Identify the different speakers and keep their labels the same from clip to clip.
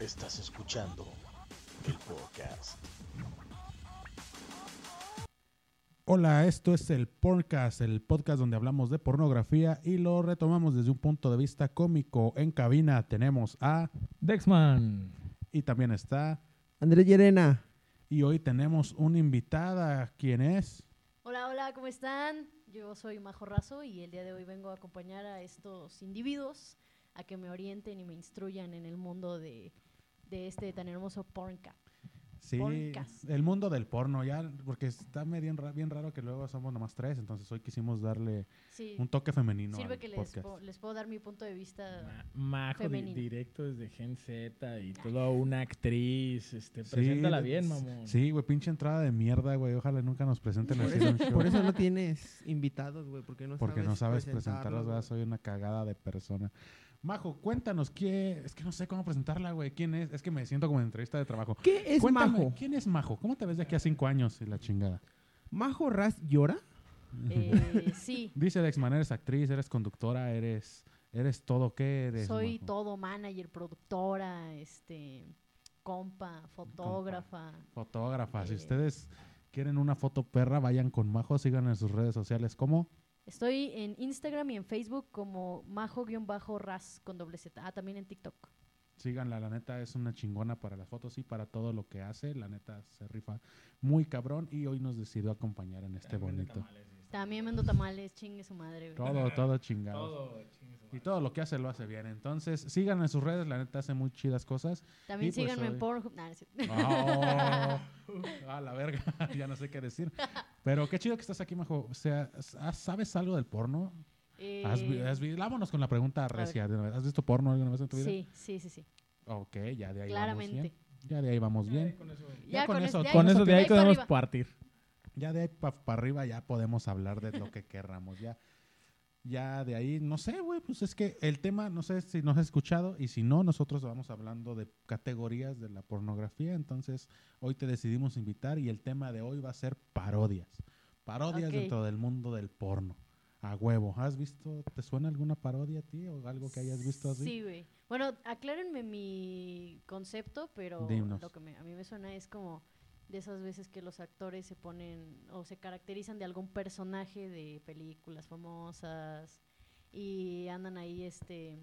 Speaker 1: Estás escuchando el podcast.
Speaker 2: Hola, esto es el podcast, el podcast donde hablamos de pornografía y lo retomamos desde un punto de vista cómico. En cabina tenemos a
Speaker 3: Dexman.
Speaker 2: y también está
Speaker 4: Andrés Llerena.
Speaker 2: y hoy tenemos una invitada, ¿quién es?
Speaker 5: Hola, hola, ¿cómo están? Yo soy Majo Razo y el día de hoy vengo a acompañar a estos individuos a que me orienten y me instruyan en el mundo de, de este tan hermoso pornca.
Speaker 2: Sí,
Speaker 5: Porncast.
Speaker 2: el mundo del porno ya, porque está medio bien, ra- bien raro que luego somos nomás tres, entonces hoy quisimos darle
Speaker 5: Sí,
Speaker 2: un toque femenino
Speaker 5: sirve
Speaker 2: al
Speaker 5: que les,
Speaker 2: podcast.
Speaker 5: po- les puedo dar mi punto de vista.
Speaker 3: Majo, di-
Speaker 5: Femenino.
Speaker 3: directo desde Gen Z y toda una actriz. Este,
Speaker 2: Sí,
Speaker 3: preséntala
Speaker 2: de-
Speaker 3: bien, mamón.
Speaker 2: Sí, güey, pinche entrada de mierda, güey, ojalá nunca nos presenten
Speaker 4: Por
Speaker 2: así
Speaker 4: eso-
Speaker 2: en un show.
Speaker 4: Por eso no tienes invitados, güey, porque
Speaker 5: Pues,
Speaker 4: no
Speaker 2: Porque
Speaker 4: sabes
Speaker 2: no sabes presentarlas,
Speaker 4: presentarlos,
Speaker 2: ¿verdad?
Speaker 4: güey.
Speaker 2: Soy una cagada de persona. Majo, cuéntanos, ¿quién? Es que no sé cómo presentarla, güey. ¿Quién es? Es que me siento como en entrevista de trabajo.
Speaker 4: ¿Qué es
Speaker 2: Cuéntame,
Speaker 4: Majo?
Speaker 2: ¿Quién es Majo? ¿Cómo te ves de aquí a cinco años y la chingada?
Speaker 4: ¿Majo Raz llora?
Speaker 5: Eh, sí,
Speaker 2: Dice Dexman, eres actriz, eres conductora, eres... Eres todo, ¿qué eres?
Speaker 5: soy
Speaker 2: Majo?
Speaker 5: todo manager, productora, este compa, fotógrafa.
Speaker 2: Fotógrafa. Si
Speaker 5: Eh.
Speaker 2: ustedes quieren una foto perra, vayan con Majo, sigan en sus redes sociales. ¿Cómo?
Speaker 5: Estoy en Instagram y en Facebook como majo-raz con doble Z. Ah, también en TikTok.
Speaker 2: Síganla, la neta es una chingona para las fotos y para todo lo que hace. La neta se rifa muy cabrón y hoy nos decidió acompañar en este bonito.
Speaker 5: También vendo tamales, chingue su madre. güey.
Speaker 2: Todo, todo chingado.
Speaker 3: Todo, chingue su
Speaker 2: Y
Speaker 3: madre.
Speaker 2: todo lo que hace lo hace bien. Entonces, sigan en sus redes, la neta hace muy chidas cosas.
Speaker 5: También
Speaker 2: Y pues
Speaker 5: síganme
Speaker 2: hoy-
Speaker 5: en Pornhub. Nah, no es cierto.
Speaker 2: Ah, oh, a la verga, ya no sé qué decir. Pero qué chido que estás aquí, Majo. O sea, ¿sabes algo del porno? Has vi-
Speaker 5: Eh,
Speaker 2: has vi- vámonos con la pregunta
Speaker 5: ver.
Speaker 2: recia. de una vez. ¿Has visto porno alguna vez en tu vida?
Speaker 5: Sí, sí, sí, sí.
Speaker 2: Ok, ya de ahí vamos bien.
Speaker 5: Claramente. este,
Speaker 2: Ya de ahí vamos bien.
Speaker 3: Con eso,
Speaker 2: Ya con eso-
Speaker 5: de ahí
Speaker 3: con
Speaker 5: nos-
Speaker 3: eso de ahí
Speaker 5: pa'
Speaker 3: podemos
Speaker 5: arriba.
Speaker 3: partir.
Speaker 2: Ya de ahí para arriba ya podemos hablar de lo que querramos. Ya, ya de ahí, no sé, güey, pues es que el tema, no sé si nos has escuchado y si no, nosotros vamos hablando de categorías de la pornografía. Entonces, hoy te decidimos invitar y el tema de hoy va a ser parodias. Parodias
Speaker 5: Ok.
Speaker 2: dentro del mundo del porno. A huevo. ¿Has visto, te suena alguna parodia a ti o algo que hayas visto así?
Speaker 5: Sí, güey. Bueno, aclárenme mi concepto, pero
Speaker 2: Dinos.
Speaker 5: lo que me- a mí me suena es como de esas veces que los actores se ponen o se caracterizan de algún personaje de películas famosas y andan ahí este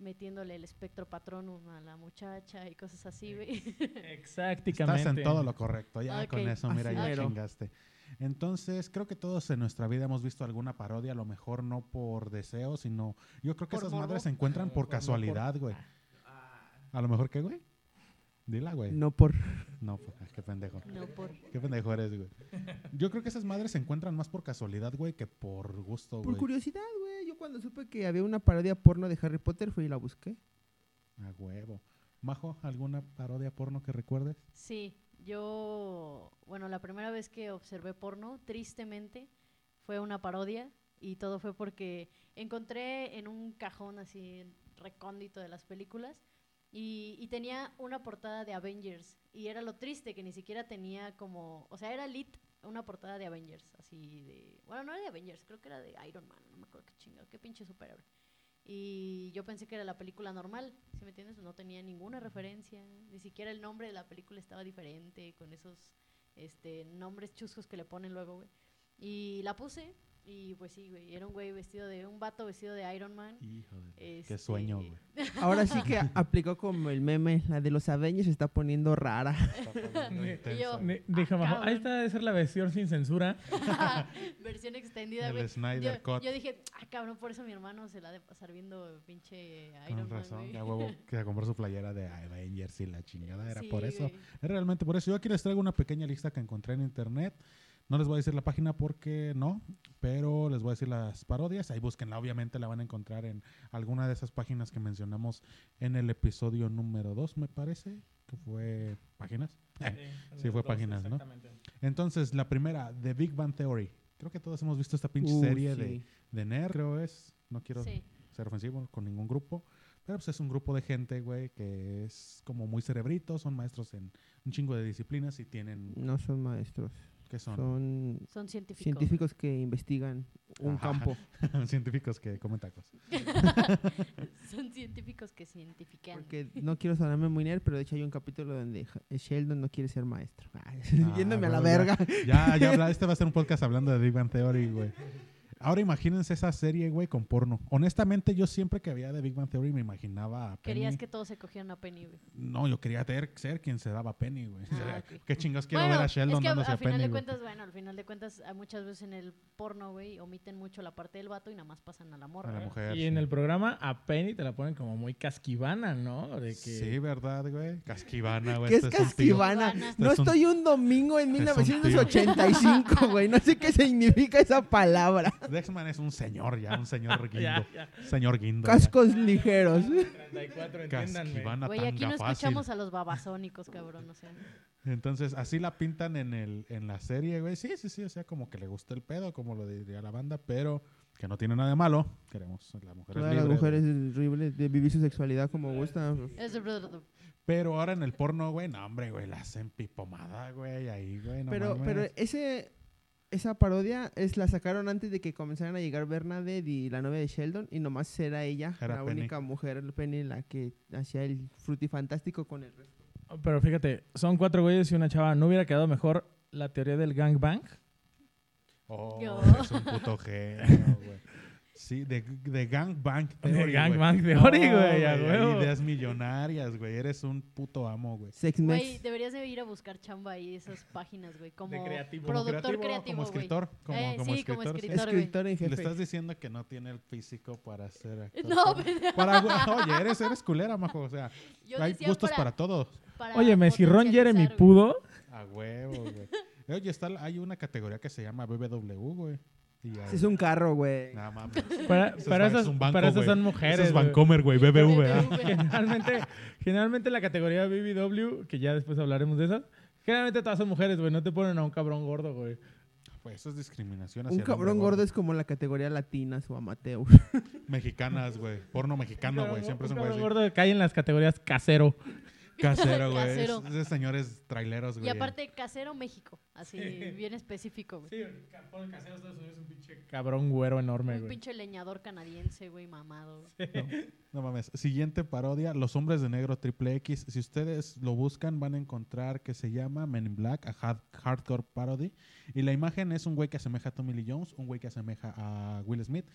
Speaker 5: metiéndole el espectro patronum a la muchacha y cosas así, güey.
Speaker 3: Exactamente.
Speaker 2: Estás en todo lo correcto, ya
Speaker 5: Ok.
Speaker 2: con eso, mira,
Speaker 4: Así
Speaker 2: ya
Speaker 4: mero.
Speaker 2: chingaste. Entonces, creo que todos en nuestra vida hemos visto alguna parodia, a lo mejor no por deseo, sino yo creo que
Speaker 5: Por
Speaker 2: esas
Speaker 5: morbo.
Speaker 2: madres se encuentran por casualidad, güey. A lo mejor qué, güey? Dila, güey. No,
Speaker 4: No por...
Speaker 2: pues, ay, qué pendejo.
Speaker 5: no por
Speaker 2: Qué pendejo eres, güey. Yo creo que esas madres se encuentran más por casualidad, güey, que por gusto,
Speaker 4: Por
Speaker 2: güey.
Speaker 4: curiosidad, güey. Yo cuando supe que había una parodia porno de Harry Potter fui y la busqué.
Speaker 2: A huevo. Majo, ¿alguna parodia porno que recuerdes?
Speaker 5: Sí, yo, bueno, la primera vez que observé porno, tristemente, fue una parodia y todo fue porque encontré en un cajón así recóndito de las películas y, y tenía una portada de Avengers y era lo triste que ni siquiera tenía como, o sea, era lit una portada de Avengers, así de, bueno, no era de Avengers, creo que era de Iron Man, no me acuerdo qué chingado, qué pinche superhéroe. Y yo pensé que era la película normal, ¿sí me entiendes? No tenía ninguna referencia, ni siquiera el nombre de la película estaba diferente, con esos este, nombres chuscos que le ponen luego, güey. Y la puse, y pues sí, güey, era un güey vestido de, un vato vestido de Iron Man.
Speaker 2: Hijo de...
Speaker 5: este,
Speaker 2: Qué sueño, güey.
Speaker 4: Ahora sí que aplicó como el meme, la de los Avengers se está poniendo rara.
Speaker 2: Está poniendo intenso.
Speaker 3: Di- Dijo Majo,
Speaker 5: Ah, cabrón.
Speaker 3: ahí está de ser la versión sin censura.
Speaker 5: Versión extendida, güey.
Speaker 2: El Snyder
Speaker 5: Yo,
Speaker 2: Cut.
Speaker 5: yo dije, ah, cabrón, por eso mi hermano se la ha de pasar viendo pinche
Speaker 2: Con
Speaker 5: Iron Man,
Speaker 2: razón,
Speaker 5: güey.
Speaker 2: ya huevo, que se compró su playera de Avengers y la chingada, era
Speaker 5: Sí,
Speaker 2: por eso.
Speaker 5: güey.
Speaker 2: Es realmente por eso. Yo aquí les traigo una pequeña lista que encontré en internet. No les voy a decir la página porque no, pero les voy a decir las parodias. Ahí búsquenla, obviamente la van a encontrar en alguna de esas páginas que mencionamos en el episodio número 2, me parece, que fue páginas. Sí, fue páginas, ¿no? Entonces, la primera, The Big Bang Theory. Creo que todos hemos visto esta pinche
Speaker 4: Uh,
Speaker 2: serie
Speaker 4: sí.
Speaker 2: de, de nerd, creo es. No quiero
Speaker 5: Sí.
Speaker 2: ser ofensivo con ningún grupo. Pero pues es un grupo de gente, güey, que es como muy cerebrito, son maestros en un chingo de disciplinas y tienen...
Speaker 4: No son maestros,
Speaker 2: ¿Qué son?
Speaker 4: son
Speaker 5: Son científicos.
Speaker 4: científicos que investigan un
Speaker 2: Ajá.
Speaker 4: campo.
Speaker 2: Científicos que comen tacos.
Speaker 5: Son científicos. científicos que cientifican.
Speaker 4: Porque no quiero sonarme muy nerd, pero de hecho hay un capítulo donde Ja- Sheldon no quiere ser maestro. Ay,
Speaker 2: Ah,
Speaker 4: Yéndome a la
Speaker 2: bueno,
Speaker 4: verga.
Speaker 2: Ya, ya habla, este va a ser un podcast hablando de Big Bang Theory, güey. Ahora imagínense esa serie, güey, con porno. Honestamente, yo siempre que había de Big Bang Theory me imaginaba a Penny.
Speaker 5: Querías que todos se cogieran a Penny, güey.
Speaker 2: No, yo quería ter- ser quien se daba Penny, güey.
Speaker 5: Ah,
Speaker 2: O sea,
Speaker 5: ok.
Speaker 2: ¿Qué chingados quiero
Speaker 5: Bueno,
Speaker 2: ver a Sheldon
Speaker 5: es que a-
Speaker 2: dándose a,
Speaker 5: al final
Speaker 2: Penny,
Speaker 5: de
Speaker 2: güey?
Speaker 5: cuentas, bueno, al final de cuentas, a muchas veces en el porno, güey, omiten mucho la parte del vato y nada más pasan a la morra. ¿eh?
Speaker 2: A la
Speaker 5: ¿no?
Speaker 2: mujer.
Speaker 3: Y en
Speaker 2: sí.
Speaker 3: el programa a Penny te la ponen como muy casquivana, ¿no? De que
Speaker 2: Sí, ¿verdad, güey? Casquivana, güey.
Speaker 4: ¿Qué es
Speaker 2: este un tío.
Speaker 4: casquivana?
Speaker 5: Casquivana.
Speaker 4: No
Speaker 2: Es un-
Speaker 4: estoy un domingo en
Speaker 2: un
Speaker 4: 1985, güey. No sé qué significa esa palabra.
Speaker 2: Dexman es un señor ya, un señor guindo.
Speaker 3: Ya, ya.
Speaker 2: Señor guindo. ya.
Speaker 4: Cascos ligeros.
Speaker 3: 34, entiéndanme.
Speaker 2: Casquivana
Speaker 5: Güey, aquí no
Speaker 2: tanga fácil.
Speaker 5: escuchamos a los babasónicos, cabrón, o sea.
Speaker 2: Entonces, así la pintan en, el, en la serie, güey. Sí, sí, sí. O sea, como que le gusta el pedo, como lo diría la banda, pero que no tiene nada de malo. Queremos, la mujer es
Speaker 4: Todas las
Speaker 2: libre,
Speaker 4: mujeres
Speaker 2: güey.
Speaker 4: horribles de vivir su sexualidad como gusta.
Speaker 5: Es de-
Speaker 2: Pero ahora en el porno, güey, no, hombre, güey, la hacen pipomada, güey, ahí, güey. No
Speaker 4: Pero,
Speaker 2: mames.
Speaker 4: pero ese, esa parodia es la sacaron antes de que comenzaran a llegar Bernadette y la novia de Sheldon. Y nomás era ella,
Speaker 2: Era
Speaker 4: la
Speaker 2: Penny.
Speaker 4: única mujer, Penny, la que hacía el frutifantástico con el resto.
Speaker 3: Pero fíjate, son cuatro güeyes y una chava. ¿No hubiera quedado mejor la teoría del gangbang?
Speaker 2: Oh,
Speaker 5: Yo.
Speaker 2: es un puto genio, güey. Sí, de, de gangbang theory,
Speaker 3: De
Speaker 2: güey.
Speaker 3: gangbang
Speaker 2: No,
Speaker 3: theory, güey, a
Speaker 2: ahí
Speaker 3: huevo.
Speaker 2: Ideas millonarias, güey. Eres un puto amo, güey.
Speaker 4: Sex
Speaker 5: Güey,
Speaker 4: Mex.
Speaker 5: deberías de ir a buscar chamba ahí, esas páginas, güey. Como
Speaker 3: creativo.
Speaker 2: Como
Speaker 5: productor creativo,
Speaker 2: Como
Speaker 5: güey.
Speaker 2: escritor. Como,
Speaker 5: Eh,
Speaker 2: como
Speaker 5: sí, como
Speaker 2: escritor. sí.
Speaker 5: escritor. güey.
Speaker 4: Escritor en
Speaker 2: Le
Speaker 4: jefe.
Speaker 2: estás diciendo que no tiene el físico para ser actor.
Speaker 5: No,
Speaker 2: güey.
Speaker 5: pendejo.
Speaker 2: Para, oye, eres, eres culera, majo. O sea,
Speaker 5: Yo
Speaker 2: hay
Speaker 5: decía
Speaker 2: gustos para, todos.
Speaker 5: para
Speaker 3: Óyeme, si Ron Jeremy
Speaker 5: potencializar, güey.
Speaker 3: pudo,
Speaker 2: A huevo, güey. Eh, Oye, está, hay una categoría que se llama BBW, güey. Y ahí-
Speaker 4: Es un carro, güey.
Speaker 2: Nada mames.
Speaker 3: para,
Speaker 2: Eso es
Speaker 3: para
Speaker 2: ba-
Speaker 3: esas,
Speaker 2: es un banco,
Speaker 3: para esas
Speaker 2: güey.
Speaker 3: son
Speaker 2: Ese
Speaker 3: mujeres.
Speaker 2: es
Speaker 3: güey.
Speaker 2: Vancomer, güey. BBVA.
Speaker 3: Generalmente, generalmente la categoría BBW, que ya después hablaremos de esas, generalmente todas son mujeres, güey. No te ponen a un cabrón gordo, güey.
Speaker 2: Pues eso es discriminación hacia
Speaker 4: Un
Speaker 2: el hombre
Speaker 4: cabrón gordo es como la categoría latinas o amateur.
Speaker 2: Mexicanas, güey. Porno mexicano, güey.
Speaker 3: Un
Speaker 2: Siempre son
Speaker 3: cabrón
Speaker 2: güeyes así.
Speaker 3: gordo cae en las categorías casero.
Speaker 2: Casero, güey. Es-
Speaker 5: Casero.
Speaker 2: Es de señores traileros,
Speaker 5: Y
Speaker 2: güey.
Speaker 5: aparte, casero México, así bien específico, güey.
Speaker 3: Sí, por casero Estados Unidos es un pinche cabrón güero enorme,
Speaker 5: Un
Speaker 3: güey.
Speaker 5: pinche leñador canadiense, güey, mamado. güey.
Speaker 2: No mames. Siguiente parodia, Los Hombres de Negro Triple X. Si ustedes lo buscan, van a encontrar que se llama Men in Black, a hard- hardcore parody. Y la imagen es un güey que asemeja a Tommy Lee Jones, un güey que asemeja a Will Smith,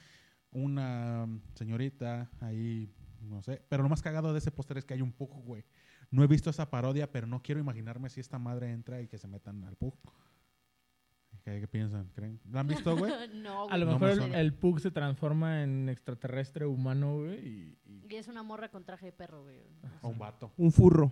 Speaker 2: una mm, señorita ahí, no sé. Pero lo más cagado de ese póster es que hay un pug, güey. No he visto esa parodia, pero no quiero imaginarme si esta madre entra y que se metan al pug. ¿Qué, qué piensan? ¿Creen? ¿La han visto, güey?
Speaker 5: no, güey.
Speaker 3: A lo
Speaker 2: No
Speaker 3: mejor
Speaker 2: me
Speaker 3: el,
Speaker 2: suena.
Speaker 3: el Pug se transforma en extraterrestre humano, güey. y- y-
Speaker 5: Y es una morra con traje de perro, güey.
Speaker 2: A un vato. Ah,
Speaker 4: Un furro.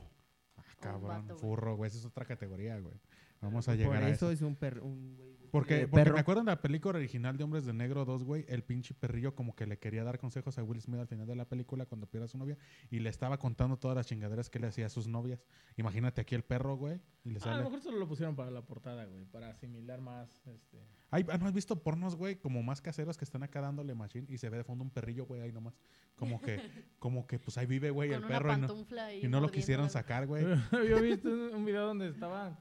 Speaker 2: Cabrón,
Speaker 5: vato, güey.
Speaker 2: furro, güey. Esa es otra categoría, güey. Vamos a
Speaker 4: Por
Speaker 2: llegar a eso.
Speaker 4: eso es un perro. un güey
Speaker 2: Porque,
Speaker 4: de
Speaker 2: porque
Speaker 4: perro.
Speaker 2: me acuerdo en la película original de Hombres de Negro 2, güey, el pinche perrillo como que le quería dar consejos a Will Smith al final de la película cuando pierde a su novia y le estaba contando todas las chingaderas que le hacía a sus novias. Imagínate aquí el perro, güey, y le
Speaker 3: Ah, a lo
Speaker 2: sale...
Speaker 3: mejor solo lo pusieron para la portada, güey, para asimilar más. Este...
Speaker 2: Ay, ah, ¿no has visto pornos, güey? Como más caseros que están acá dándole machín y se ve de fondo un perrillo, güey, ahí nomás. Como que, como que pues ahí vive, güey, el
Speaker 5: Con una
Speaker 2: perro y no,
Speaker 5: pantufla ahí
Speaker 2: y no lo
Speaker 5: mordiendo
Speaker 2: quisieron
Speaker 5: algo.
Speaker 2: sacar, güey.
Speaker 3: Yo vi un, un video donde estaban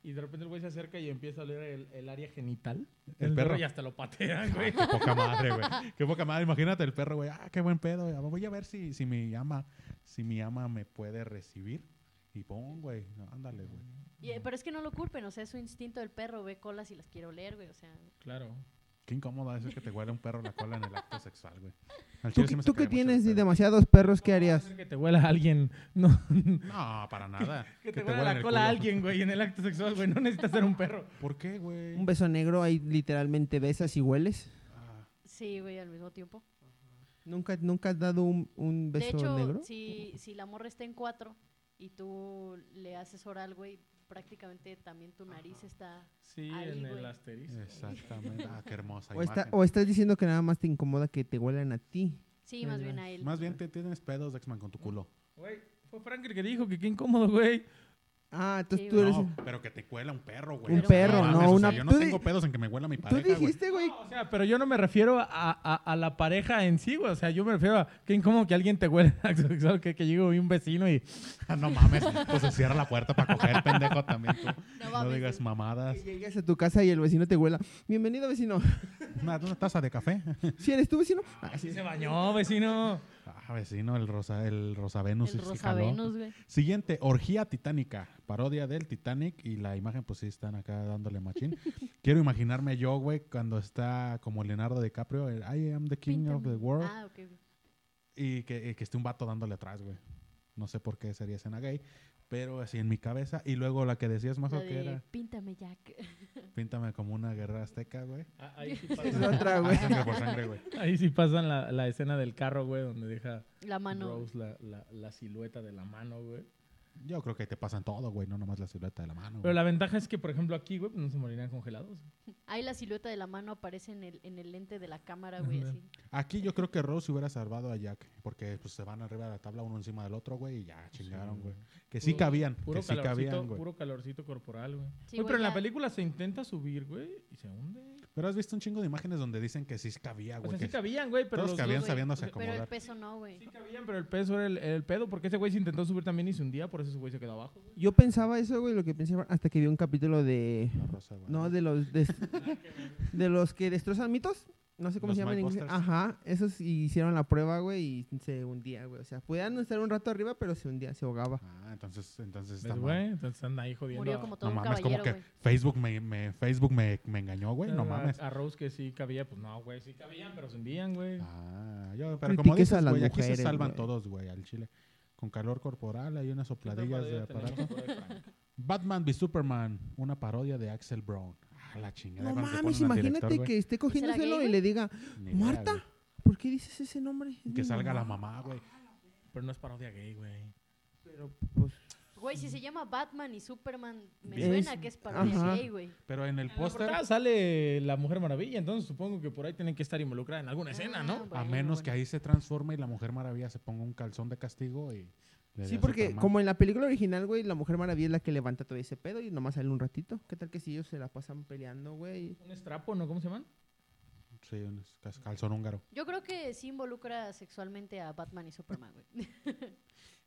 Speaker 3: y de repente el güey se acerca y empieza a oler el, el área genital.
Speaker 2: El perro.
Speaker 3: Y hasta lo patean,
Speaker 2: Ah,
Speaker 3: güey.
Speaker 2: Qué poca madre, güey. Qué poca madre. Imagínate el perro, güey. Ah, qué buen pedo. güey. Voy a ver si, si mi ama, si mi ama me puede recibir. Y pon, güey. No, ándale, güey.
Speaker 5: Y, eh, pero es que no lo culpen, o sea, es su instinto del perro, ve colas y las quiere oler, güey, o sea.
Speaker 3: Claro.
Speaker 2: Qué incómodo eso que te huele un perro la cola en el acto sexual, güey. Al
Speaker 4: ¿Tú,
Speaker 2: chile sí me
Speaker 4: qué- tú
Speaker 2: sacaría mucho
Speaker 4: qué
Speaker 2: de
Speaker 4: tienes y
Speaker 2: pedo.
Speaker 4: demasiados perros? ¿Qué
Speaker 3: No,
Speaker 4: harías?
Speaker 3: a no ser Que te huela a alguien. No.
Speaker 2: No, para nada.
Speaker 3: Que te
Speaker 2: huela
Speaker 3: huela
Speaker 2: en
Speaker 3: la
Speaker 2: el
Speaker 3: cola a
Speaker 2: culo.
Speaker 3: alguien, güey, en el acto sexual, güey. No necesitas ser un perro.
Speaker 2: ¿Por qué, güey?
Speaker 4: Un beso negro, ahí literalmente besas y hueles.
Speaker 2: Ah,
Speaker 5: Sí, güey, al mismo tiempo.
Speaker 4: ¿Nunca, nunca has dado un, un beso
Speaker 5: de hecho,
Speaker 4: negro?
Speaker 5: Si, si la morra está en cuatro y tú le haces oral, güey, prácticamente también tu nariz está...
Speaker 3: Sí,
Speaker 5: Ahí,
Speaker 3: en el
Speaker 5: güey.
Speaker 3: asterisco.
Speaker 2: exactamente. Ah, qué hermosa
Speaker 4: O, está-
Speaker 2: imagen.
Speaker 4: o estás diciendo que nada más te incomoda que te huelan a ti.
Speaker 5: Sí, más
Speaker 4: Ahí
Speaker 5: bien
Speaker 4: va.
Speaker 5: a él.
Speaker 2: Más bien te tienes pedos, Dexman, con tu culo.
Speaker 3: Güey, fue Frank el que dijo que qué incómodo, güey.
Speaker 4: Ah, entonces
Speaker 5: Sí,
Speaker 4: tú
Speaker 5: güey.
Speaker 4: eres...
Speaker 2: No, pero que te cuela un perro, güey.
Speaker 4: Un
Speaker 2: No
Speaker 4: perro,
Speaker 2: mames,
Speaker 4: no,
Speaker 2: o sea,
Speaker 4: una-
Speaker 2: yo
Speaker 4: tú
Speaker 2: no
Speaker 4: di-
Speaker 2: tengo pedos en que me huela mi
Speaker 4: Tú
Speaker 2: pareja, güey.
Speaker 4: dijiste, güey...
Speaker 3: O sea, pero yo no me refiero a, a- a la pareja en sí, güey. O sea, yo me refiero a que incómodo que alguien te huele en el acto sexual, que, que llegue un vecino y...
Speaker 2: Ah, no mames, pues se cierra la puerta para coger, pendejo, también tú.
Speaker 5: No
Speaker 2: No
Speaker 5: mames,
Speaker 2: digas
Speaker 5: güey.
Speaker 2: mamadas.
Speaker 4: que Llegas a tu casa y el vecino te huela. Bienvenido, vecino.
Speaker 2: Una, una taza de café.
Speaker 4: ¿Si eres tu vecino? Ah, sí.
Speaker 3: se bañó, vecino.
Speaker 2: Ah, Ah, vecino, el Rosa, el Rosa Venus.
Speaker 5: El
Speaker 2: sí
Speaker 5: Rosa
Speaker 2: jaló.
Speaker 5: Venus, güey.
Speaker 2: Siguiente, Orgía Titánica, parodia del Titanic y la imagen pues sí están acá dándole machín. Quiero imaginarme yo, güey, cuando está como Leonardo DiCaprio, el I am the king of
Speaker 5: Píntame.
Speaker 2: the world
Speaker 5: Ah, ok. güey.
Speaker 2: y que, y que esté un vato dándole atrás, güey. No sé por qué sería escena gay, pero así en mi cabeza y luego la que decías más
Speaker 5: La
Speaker 2: o que
Speaker 5: de
Speaker 2: era,
Speaker 5: Píntame Jack.
Speaker 2: píntame como una guerra azteca, güey.
Speaker 3: Ah, Ahí sí
Speaker 4: Es
Speaker 3: pasan,
Speaker 4: otra, güey.
Speaker 2: Sangre por sangre, güey.
Speaker 3: la, la escena del carro, güey, donde deja
Speaker 5: La mano. güey.
Speaker 3: Rose la, la- la silueta de la mano, güey.
Speaker 2: Yo creo que ahí te pasan todo, güey, no nomás la silueta de la mano.
Speaker 3: Pero
Speaker 2: güey.
Speaker 3: la ventaja es que, por ejemplo, aquí, güey, no se morirían congelados.
Speaker 5: Ahí la silueta de la mano aparece en el, en el lente de la cámara, güey,
Speaker 3: Ándale.
Speaker 5: así.
Speaker 2: Aquí yo creo que Rose hubiera salvado a Jack, porque pues se van arriba de la tabla uno encima del otro, güey, y ya chingaron, güey. Que sí
Speaker 3: Puro-
Speaker 2: cabían,
Speaker 3: Puro,
Speaker 2: que sí
Speaker 3: calorcito,
Speaker 2: cabían, güey.
Speaker 3: puro calorcito corporal, güey.
Speaker 5: Sí,
Speaker 3: Güey,
Speaker 5: güey,
Speaker 3: pero en la
Speaker 5: ya.
Speaker 3: película se intenta subir, güey, y se hunde.
Speaker 2: Pero has visto un chingo de imágenes donde dicen que sí cabía,
Speaker 3: O
Speaker 2: Ah, güey.
Speaker 3: sea, sí
Speaker 2: que-
Speaker 3: cabían, güey, pero
Speaker 2: todos
Speaker 3: los dos-
Speaker 2: cabían
Speaker 5: güey.
Speaker 2: sabiéndose
Speaker 5: Pero el
Speaker 2: acomodar.
Speaker 5: peso no, güey.
Speaker 3: Sí cabían, pero el peso era el, el pedo, porque ese güey se intentó subir también y se hundía, por eso ese güey se quedó abajo. güey.
Speaker 4: Yo pensaba eso, güey, lo que pensaba hasta que vi un capítulo de...
Speaker 2: La Rosa, güey.
Speaker 4: No, de los... des- de los que destrozan mitos. No sé cómo
Speaker 2: Los
Speaker 4: se llaman en inglés.
Speaker 2: Mythbusters.
Speaker 4: Ajá, esos hicieron la prueba, güey, y se hundía, güey. O sea, podían estar un rato arriba, pero se hundía, se ahogaba.
Speaker 2: Ah, entonces, entonces está
Speaker 3: ¿Ves,
Speaker 2: mal.
Speaker 3: Pues, güey? Entonces anda ahí jodiendo.
Speaker 5: Murió
Speaker 3: a-
Speaker 5: como todo
Speaker 2: No
Speaker 5: un
Speaker 2: mames, como
Speaker 5: caballero,
Speaker 2: que
Speaker 5: güey.
Speaker 2: Facebook me, me- Facebook me, me engañó, güey. No
Speaker 3: a-
Speaker 2: mames.
Speaker 3: A Rose que sí cabía, pues no, güey, sí cabían, pero se hundían, güey.
Speaker 2: Ah, yo, pero como
Speaker 4: Critiques a
Speaker 2: dices,
Speaker 4: las
Speaker 2: güey, aquí se
Speaker 4: mujeres,
Speaker 2: salvan
Speaker 4: güey.
Speaker 2: todos, güey, al chile. Con calor corporal, hay unas
Speaker 3: ¿Qué otra
Speaker 2: sopladillas de
Speaker 3: parodia
Speaker 2: aparato.
Speaker 3: tenemos, güey, Frank?
Speaker 2: Batman v Superman, una parodia de Axel Brown. Ah, la chingada.
Speaker 4: No
Speaker 2: cuando te
Speaker 4: mames,
Speaker 2: ponen al
Speaker 4: imagínate
Speaker 2: director, güey.
Speaker 4: que esté
Speaker 5: gay,
Speaker 4: cogiéndoselo y
Speaker 5: güey?
Speaker 4: le diga,
Speaker 2: Ni idea,
Speaker 4: Marta,
Speaker 2: güey.
Speaker 4: ¿por qué dices ese nombre? Es
Speaker 2: Que
Speaker 4: mi
Speaker 2: salga la
Speaker 4: mamá".
Speaker 2: mamá, güey.
Speaker 3: Pero no es parodia gay, güey.
Speaker 4: Pero, pues,
Speaker 5: Güey, si se llama Batman y Superman, me
Speaker 4: Es-
Speaker 5: suena que es parodia
Speaker 4: ajá.
Speaker 5: gay, güey.
Speaker 2: Pero en
Speaker 5: Ah,
Speaker 2: el
Speaker 3: En la
Speaker 2: póster,
Speaker 3: portada sale la Mujer Maravilla, entonces supongo que por ahí tienen que estar involucrada en alguna escena,
Speaker 5: Ah,
Speaker 3: ¿no?
Speaker 5: bueno,
Speaker 2: a menos que
Speaker 5: bueno.
Speaker 2: ahí se transforme y la Mujer Maravilla se ponga un calzón de castigo y... le dé
Speaker 4: sí,
Speaker 2: a
Speaker 4: porque
Speaker 2: Superman.
Speaker 4: como en la película original, güey, la Mujer Maravilla es la que levanta todo ese pedo y nomás sale un ratito. ¿Qué tal que si ellos se la pasan peleando, güey?
Speaker 3: Un estrapo, ¿no? ¿Cómo se llaman?
Speaker 2: Sí, un cas- calzón húngaro.
Speaker 5: Yo creo que sí involucra sexualmente a Batman y Superman, güey.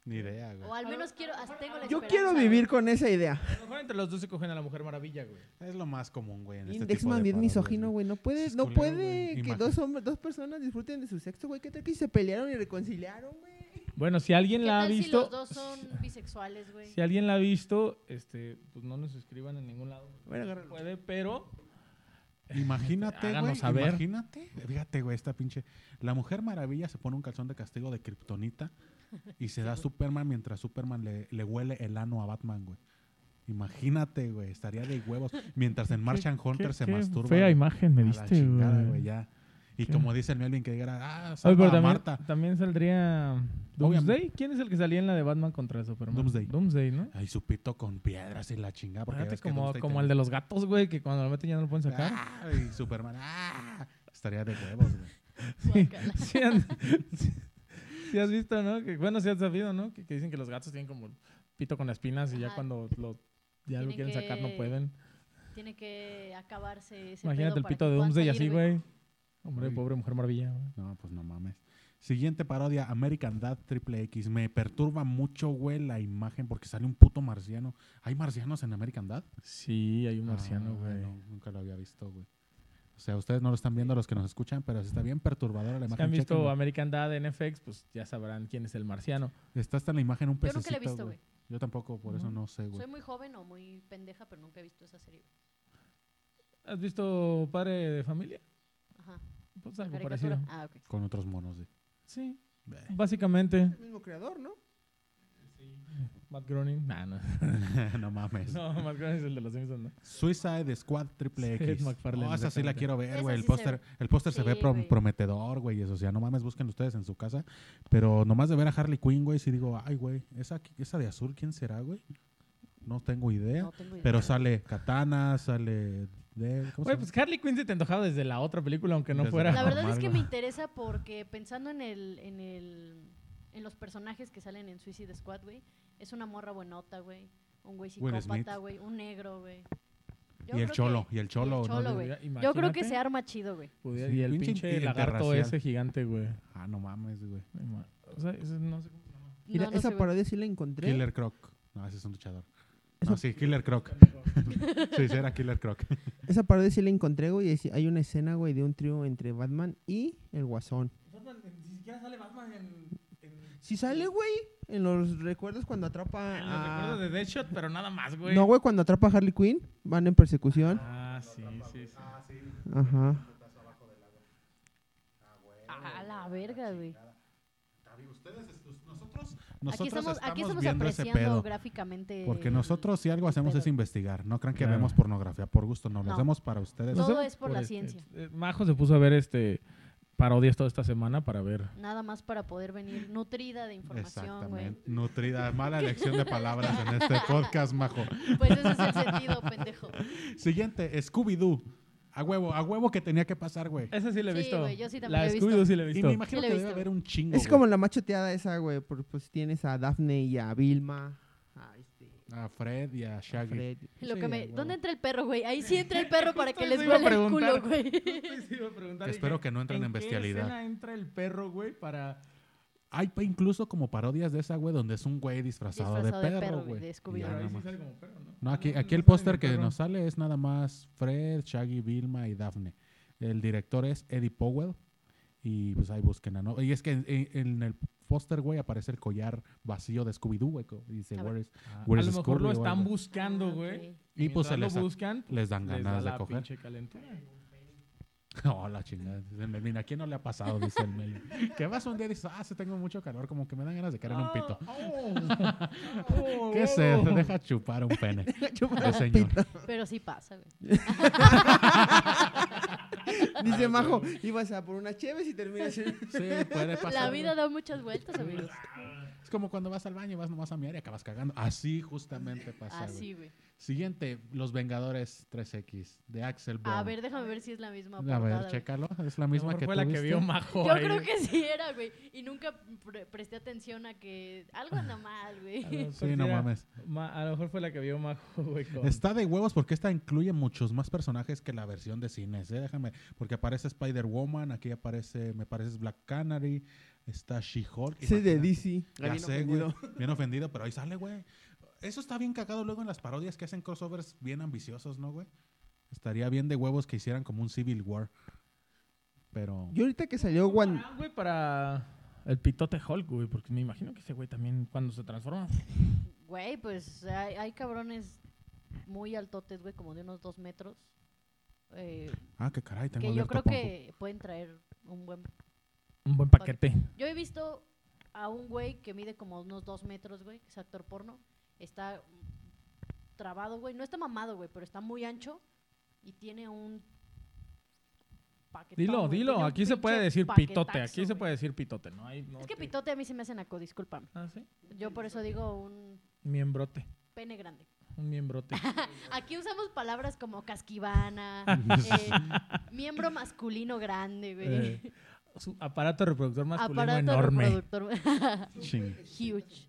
Speaker 2: Ni idea, güey.
Speaker 5: O al menos quiero, hasta tengo la
Speaker 4: Yo
Speaker 5: esperanza,
Speaker 4: quiero
Speaker 5: güey.
Speaker 4: vivir con esa idea.
Speaker 3: A lo mejor entre los dos se cogen a la Mujer Maravilla, güey.
Speaker 2: Es lo más común, güey, en este
Speaker 4: Index
Speaker 2: tipo de
Speaker 4: Man es
Speaker 2: parodias,
Speaker 4: misógino,
Speaker 2: güey.
Speaker 4: güey. No puede,
Speaker 2: Es
Speaker 4: no
Speaker 2: culero,
Speaker 4: puede
Speaker 2: güey.
Speaker 4: que dos, hombres, dos personas disfruten de su sexo, güey. ¿Qué tal que si se pelearon y reconciliaron, güey?
Speaker 3: Bueno, si alguien
Speaker 5: ¿Qué
Speaker 3: la ha
Speaker 5: tal si
Speaker 3: visto,
Speaker 5: los dos son bisexuales, güey?
Speaker 3: si alguien la ha visto, este, pues no nos escriban en ningún lado.
Speaker 4: Bueno, agárralo.
Speaker 3: Puede, pero
Speaker 2: Imagínate,
Speaker 3: Háganos
Speaker 2: güey.
Speaker 3: saber.
Speaker 2: Imagínate. Fíjate, güey, esta pinche. La Mujer Maravilla se pone un calzón de castigo de kriptonita y se da a Superman mientras Superman le, le huele el ano a Batman, güey. Imagínate, güey. Estaría de huevos. Mientras en Martian Hunter se masturba.
Speaker 3: Fea
Speaker 2: güey.
Speaker 3: imagen me
Speaker 2: A la
Speaker 3: diste,
Speaker 2: chingada,
Speaker 3: güey.
Speaker 2: ya. Y
Speaker 3: Qué-
Speaker 2: como dice el Melvin, que diga, ah,
Speaker 3: Oye,
Speaker 2: salva
Speaker 3: pero
Speaker 2: a
Speaker 3: también,
Speaker 2: Marta.
Speaker 3: también saldría Doomsday.
Speaker 2: Obviamente.
Speaker 3: ¿Quién es el que salía en la de Batman contra Superman?
Speaker 2: Doomsday.
Speaker 3: Doomsday, ¿no?
Speaker 2: Ay, su pito con piedras y la chingada. Porque ya
Speaker 3: Fíjate
Speaker 2: ves que
Speaker 3: como,
Speaker 2: Doomsday
Speaker 3: como
Speaker 2: te-
Speaker 3: el de los gatos, güey, que cuando lo meten ya no lo pueden sacar.
Speaker 2: Ah, y Superman, ah. Estaría de huevos, güey.
Speaker 3: Sí,
Speaker 5: Guácala.
Speaker 3: sí han- sí- sí has visto, ¿no? Que, bueno, sí has sabido, ¿no? Que, que dicen que los gatos tienen como pito con espinas y ya
Speaker 5: Ajá.
Speaker 3: cuando lo, ya lo
Speaker 5: Tienen
Speaker 3: quieren sacar no
Speaker 5: que-
Speaker 3: pueden.
Speaker 5: Tiene que acabarse ese
Speaker 3: Imagínate
Speaker 5: pedo
Speaker 3: el
Speaker 5: para
Speaker 3: pito
Speaker 5: que
Speaker 3: de
Speaker 5: puedan
Speaker 3: Doomsday y
Speaker 5: salir,
Speaker 3: así, güey. Hombre,
Speaker 2: Uy.
Speaker 3: pobre Mujer Maravilla. güey.
Speaker 2: No, pues no mames. Siguiente parodia, American Dad Triple X. Me perturba mucho, güey, la imagen porque sale un puto marciano. ¿Hay marcianos en American Dad?
Speaker 3: Sí, hay un marciano,
Speaker 2: Ah,
Speaker 3: güey.
Speaker 2: no, nunca lo había visto, güey. O sea, ustedes no lo están viendo los que nos escuchan, pero está bien perturbadora la
Speaker 3: Si
Speaker 2: imagen.
Speaker 3: han visto
Speaker 2: chéquenlo.
Speaker 3: American Dad en FX, pues ya sabrán quién es el marciano.
Speaker 2: Está hasta la imagen un
Speaker 5: Yo nunca la he
Speaker 2: pececito,
Speaker 5: visto,
Speaker 2: güey. Yo tampoco, por eso no sé, güey.
Speaker 5: Soy muy joven o muy pendeja, pero nunca he visto esa serie. güey.
Speaker 3: ¿Has visto Padre de Familia?
Speaker 5: Ajá.
Speaker 3: Pues
Speaker 5: la
Speaker 3: algo
Speaker 5: caricatura.
Speaker 3: parecido.
Speaker 5: Ah, ok.
Speaker 2: Con otros monos, güey.
Speaker 3: Sí,
Speaker 2: Bleh.
Speaker 3: básicamente.
Speaker 4: El mismo creador, ¿no?
Speaker 3: Matt Groening. Nah, no.
Speaker 2: no mames.
Speaker 3: no, Matt Groening es el de los Simpsons, ¿no?
Speaker 2: Suicide Squad Triple
Speaker 3: Seth
Speaker 2: X.
Speaker 3: MacFarlane,
Speaker 2: Oh, esa sí la
Speaker 3: exactamente.
Speaker 2: quiero ver,
Speaker 5: Esa
Speaker 2: güey. El
Speaker 5: sí se
Speaker 2: póster
Speaker 5: ve.
Speaker 2: el póster se ve
Speaker 5: Sí,
Speaker 2: prom-
Speaker 5: güey.
Speaker 2: prometedor, güey. y Eso, o sea, no mames, busquen ustedes en su casa. Pero nomás de ver a Harley Quinn, güey, sí digo, ay, güey, esa, qui- esa de azul, ¿quién será, güey? No tengo idea.
Speaker 5: No pues, tengo idea.
Speaker 2: Pero sale Katana, sale... De, ¿cómo se
Speaker 3: Güey,
Speaker 2: llama?
Speaker 3: pues Harley Quinn se te antojaba desde la otra película, aunque no
Speaker 2: Desde
Speaker 3: fuera.
Speaker 5: La verdad
Speaker 2: normal,
Speaker 5: es que
Speaker 2: güey.
Speaker 5: me interesa porque pensando en el, en el, en los personajes que salen en Suicide Squad, güey, es una morra buenota, güey, un güey
Speaker 2: Will
Speaker 5: psicópata,
Speaker 2: Smith.
Speaker 5: güey, un negro, güey. Yo
Speaker 2: y
Speaker 5: creo
Speaker 2: el cholo,
Speaker 5: que-
Speaker 2: y el cholo. ¿no?
Speaker 5: cholo, güey. Yo creo que se arma chido, güey.
Speaker 3: Pudiera-
Speaker 2: Sí,
Speaker 3: y el
Speaker 2: pinche
Speaker 3: pinche
Speaker 2: inter-
Speaker 3: lagarto
Speaker 2: interracial.
Speaker 3: ese gigante, güey.
Speaker 2: Ah, no mames, güey.
Speaker 3: Ay, ma- O sea, ese no sé cómo se llama.
Speaker 4: Mira,
Speaker 5: No, no
Speaker 4: esa
Speaker 5: sé, güey.
Speaker 4: parodia sí la encontré.
Speaker 2: Killer Croc. No, ese es un luchador.
Speaker 4: Eso-
Speaker 2: No, sí, Killer Croc. sí, sí, era Killer Croc.
Speaker 4: Esa parodia sí la encontré, güey. y sí- Hay una escena, güey, de un trío entre Batman y el Guasón.
Speaker 3: ni siquiera sale Batman en.
Speaker 4: Si sale, güey, en los recuerdos cuando atrapa
Speaker 3: En los
Speaker 4: a...
Speaker 2: Ah.
Speaker 3: recuerdos de Deadshot, pero nada más, güey.
Speaker 4: No, güey, cuando atrapa a Harley Quinn, van en persecución.
Speaker 3: Ah, sí, sí, sí.
Speaker 2: Ah,
Speaker 4: Ajá.
Speaker 5: A la verga, güey.
Speaker 2: Ustedes, nosotros,
Speaker 5: Aquí estamos, aquí estamos
Speaker 2: viendo ese pedo.
Speaker 5: apreciando gráficamente.
Speaker 2: Porque nosotros si algo hacemos
Speaker 5: pedo.
Speaker 2: es investigar. No crean que
Speaker 3: Claro.
Speaker 2: vemos pornografía por gusto, no. Lo
Speaker 5: No.
Speaker 2: hacemos para ustedes.
Speaker 5: Todo
Speaker 3: sé,
Speaker 5: es por la ciencia.
Speaker 3: eh, Majo se puso a ver este parodias toda esta semana para ver.
Speaker 5: Nada más para poder venir nutrida de información, güey.
Speaker 2: Exactamente. Nutrida. Mala elección de palabras en este podcast, majo.
Speaker 5: Pues ese es el sentido, pendejo.
Speaker 2: Siguiente, Scooby-Doo. A huevo, a huevo que tenía que pasar, güey.
Speaker 3: Esa sí la he
Speaker 5: Sí,
Speaker 3: visto.
Speaker 5: güey, yo sí también
Speaker 3: la
Speaker 5: la he visto.
Speaker 3: Scooby-Doo sí la he
Speaker 2: Y
Speaker 3: visto.
Speaker 2: me imagino
Speaker 5: Sí, la he
Speaker 2: que debe
Speaker 5: visto.
Speaker 2: haber un chingo.
Speaker 4: Es
Speaker 2: güey.
Speaker 4: como la machoteada esa, güey, por- pues tienes a Daphne y a Vilma, a, este,
Speaker 2: A Fred y a
Speaker 4: a
Speaker 2: Shaggy.
Speaker 4: Fred.
Speaker 5: Lo
Speaker 2: Sí,
Speaker 5: que
Speaker 2: a
Speaker 5: me,
Speaker 2: huevo.
Speaker 5: ¿Dónde entra el perro, güey? Ahí sí entra el perro para que
Speaker 3: Justo
Speaker 5: les
Speaker 3: eso iba a
Speaker 5: huele el
Speaker 3: preguntar.
Speaker 5: culo, güey.
Speaker 3: Justo iba a preguntar,
Speaker 2: Que espero
Speaker 3: dije,
Speaker 2: que no entren en bestialidad.
Speaker 3: ¿En qué escena entra el perro, güey, para...?
Speaker 2: Hay pa- incluso como parodias de esa, güey, donde es un güey disfrazado,
Speaker 5: Disfrazado
Speaker 2: de
Speaker 5: de
Speaker 2: perro,
Speaker 5: perro,
Speaker 2: güey.
Speaker 5: de
Speaker 2: Y
Speaker 5: Scooby-Doo.
Speaker 2: ya
Speaker 3: Pero
Speaker 5: Pero
Speaker 3: ahí
Speaker 2: nada
Speaker 3: sí
Speaker 2: más.
Speaker 3: sale como perro, ¿no?
Speaker 2: No, aquí,
Speaker 3: Ah, no,
Speaker 2: aquí
Speaker 3: no
Speaker 2: el
Speaker 3: sale como
Speaker 2: póster que
Speaker 3: perro.
Speaker 2: nos sale es nada más Fred, Shaggy, Vilma y Daphne. El director es Eddie Powell. Y pues ahí busquen a no. Y es que en, en- en el póster, güey, aparece el collar vacío de Scooby-Doo, güey. co- y Dice,
Speaker 5: Ah,
Speaker 2: "Where is-"
Speaker 3: Ah,
Speaker 2: Where
Speaker 3: a
Speaker 2: is
Speaker 3: lo mejor lo
Speaker 2: Scooby,
Speaker 3: están
Speaker 2: güey?
Speaker 5: Ah,
Speaker 3: buscando,
Speaker 5: ok.
Speaker 3: güey.
Speaker 2: Y pues
Speaker 3: Mientras
Speaker 2: se les,
Speaker 3: lo
Speaker 2: da-
Speaker 3: buscan,
Speaker 2: les dan
Speaker 3: les
Speaker 2: ganas de
Speaker 3: da la
Speaker 2: coger.
Speaker 3: pinche calentura.
Speaker 2: No, Oh, la chingada. Dice el Melvin, ¿a quién no le ha pasado? Dice el Melvin. que vas un día y dices, ah, sí tengo mucho calor, como que me dan ganas de caer en un pito.
Speaker 3: Ah, Oh.
Speaker 2: ¿Qué se deja chupar un pene? El señor.
Speaker 5: Pero sí pasa, güey.
Speaker 4: Dice Majo, ibas a por unas cheves y terminas en...
Speaker 2: Sí, puede pasar.
Speaker 5: La vida
Speaker 2: güey.
Speaker 5: da muchas vueltas, amigos.
Speaker 2: Es como cuando vas al baño y vas nomás a mirar y acabas cagando. Así justamente pasa. güey.
Speaker 5: Así, güey.
Speaker 2: Siguiente, Los Vengadores 3X de Axel Bond.
Speaker 5: Ah, A ver, déjame ver si es la misma
Speaker 2: a
Speaker 5: portada.
Speaker 2: ver,
Speaker 5: güey.
Speaker 2: chécalo. Es la
Speaker 3: A lo
Speaker 2: misma
Speaker 3: mejor
Speaker 2: que
Speaker 3: fue
Speaker 2: tú
Speaker 3: la que
Speaker 2: viste.
Speaker 3: vio Majo
Speaker 5: Yo
Speaker 3: ahí,
Speaker 5: creo
Speaker 3: güey.
Speaker 5: que sí era, güey. Y nunca pre- presté atención a que algo anda mal,
Speaker 3: A lo
Speaker 5: güey.
Speaker 3: mejor
Speaker 2: Sí, no
Speaker 3: era-
Speaker 2: mames.
Speaker 3: ma- a lo mejor fue la que vio Majo, güey. pues con-
Speaker 2: Está de huevos porque esta incluye muchos más personajes que la versión de cines. ¿eh? Déjame, porque aparece Spider-Woman, aquí aparece, me parece es Black Canary, está She-Hulk.
Speaker 4: Ese de
Speaker 2: imagínate.
Speaker 4: DC.
Speaker 2: Ya
Speaker 4: Bien
Speaker 2: sé, güey.
Speaker 4: ofendido.
Speaker 2: Bien ofendido, pero ahí sale, güey. Eso está bien cagado luego en las parodias que hacen crossovers bien ambiciosos, ¿no, güey? Estaría bien de huevos que hicieran como un Civil War. Pero.
Speaker 4: Yo ahorita que salió
Speaker 3: ¿Cómo
Speaker 4: Wan-
Speaker 3: harán, Ah, güey, para el pitote Hulk, güey? Porque me imagino que ese güey también cuando se transforma.
Speaker 5: Güey, pues hay, hay cabrones muy altotes, güey, como de unos dos metros. eh,
Speaker 2: Ah, qué caray, tengo
Speaker 5: que yo
Speaker 2: abierto
Speaker 5: creo
Speaker 2: Pornhub.
Speaker 5: que pueden traer un buen...
Speaker 3: Un buen paquete.
Speaker 5: Yo he visto a un güey que mide como unos dos metros, güey, que es actor porno. Está mm, trabado, güey. No está mamado, güey, pero está muy ancho y tiene un... paquetón,
Speaker 3: Dilo,
Speaker 5: güey,
Speaker 3: dilo.
Speaker 5: tiene un
Speaker 3: Aquí se puede
Speaker 5: pinche
Speaker 3: decir pitote.
Speaker 5: paquetaxo,
Speaker 3: Aquí se
Speaker 5: güey.
Speaker 3: puede decir pitote. No hay. no
Speaker 5: Es que
Speaker 3: te-
Speaker 5: pitote a mí se me hace naco, discúlpame.
Speaker 3: Ah, sí.
Speaker 5: Yo por eso digo un
Speaker 3: Miembrote.
Speaker 5: pene grande.
Speaker 3: Un miembrote.
Speaker 5: Aquí usamos palabras como casquivana, eh, miembro masculino grande, güey.
Speaker 3: Eh, su aparato reproductor masculino
Speaker 5: aparato
Speaker 3: enorme.
Speaker 5: reproductor
Speaker 2: Ching.
Speaker 5: huge.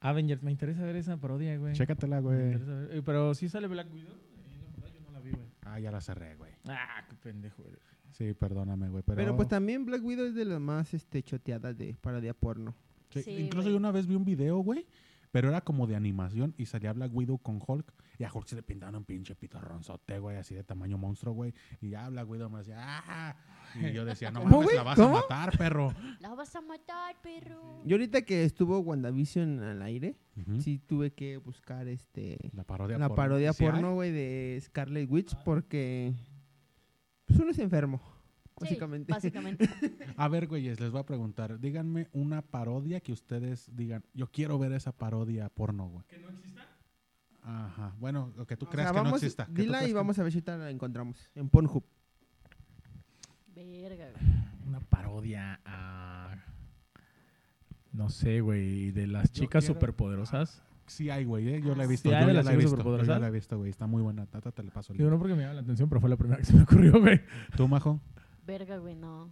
Speaker 3: Avengers, me interesa ver esa parodia, güey.
Speaker 2: Chécatela,
Speaker 3: Me
Speaker 2: güey.
Speaker 3: interesa ver- eh, Pero sí sale Black Widow. Eh, la verdad, yo no la vi, güey.
Speaker 2: Ah, ya la cerré, güey.
Speaker 3: Ah, qué pendejo eres.
Speaker 2: Sí, perdóname, güey. Pero,
Speaker 4: Pero pues también Black Widow es de las más este, choteadas de parodia porno.
Speaker 2: Sí,
Speaker 5: Sí,
Speaker 2: incluso
Speaker 5: güey.
Speaker 2: yo una vez vi un video, güey, pero era como de animación y salía Black Widow con Hulk y a Hulk se le pintaron un pinche pitorronzote, güey, así de tamaño monstruo, güey. Y ya Black Widow me decía, ¡ah! Y yo decía, no
Speaker 4: ¿Cómo,
Speaker 2: mames,
Speaker 4: güey?
Speaker 2: la vas
Speaker 4: ¿Cómo?
Speaker 2: a matar, perro.
Speaker 5: La vas a matar, perro.
Speaker 4: Yo ahorita que estuvo WandaVision al aire,
Speaker 2: Ujú.
Speaker 4: sí tuve que buscar este
Speaker 2: ¿Mm? La parodia
Speaker 4: la
Speaker 2: porno.
Speaker 4: parodia
Speaker 2: ¿Sí hay?
Speaker 4: porno, güey, de Scarlet Witch porque pues uno es enfermo,
Speaker 5: Sí,
Speaker 4: básicamente.
Speaker 5: básicamente.
Speaker 2: A ver, güeyes, les voy a preguntar, díganme una parodia que ustedes digan, yo quiero ver esa parodia porno, güey. ¿Que no exista? Ajá. Bueno, o que tú
Speaker 4: O
Speaker 2: creas
Speaker 4: sea,
Speaker 2: que
Speaker 4: vamos,
Speaker 2: no exista. que tú
Speaker 4: Dila
Speaker 2: creas
Speaker 4: y
Speaker 2: que-
Speaker 4: vamos a ver si ahorita la encontramos en Pornhub.
Speaker 5: Verga, güey.
Speaker 3: Una parodia a. No sé, güey. De las
Speaker 2: Yo
Speaker 3: chicas
Speaker 2: quiero-
Speaker 3: superpoderosas.
Speaker 2: Sí hay, güey, ¿eh? yo la he
Speaker 5: Sí
Speaker 2: visto.
Speaker 3: hay
Speaker 2: yo
Speaker 3: de
Speaker 2: ya
Speaker 3: las
Speaker 2: la he
Speaker 3: chicas
Speaker 2: visto. Yo ya
Speaker 3: superpoderosas.
Speaker 2: la he visto, güey. Está muy buena. Tata, te le paso el
Speaker 3: Digo,
Speaker 2: link.
Speaker 3: no porque me llama la atención, pero fue la primera que se me ocurrió, güey.
Speaker 2: ¿Tú, Majo?
Speaker 5: Verga, güey, no.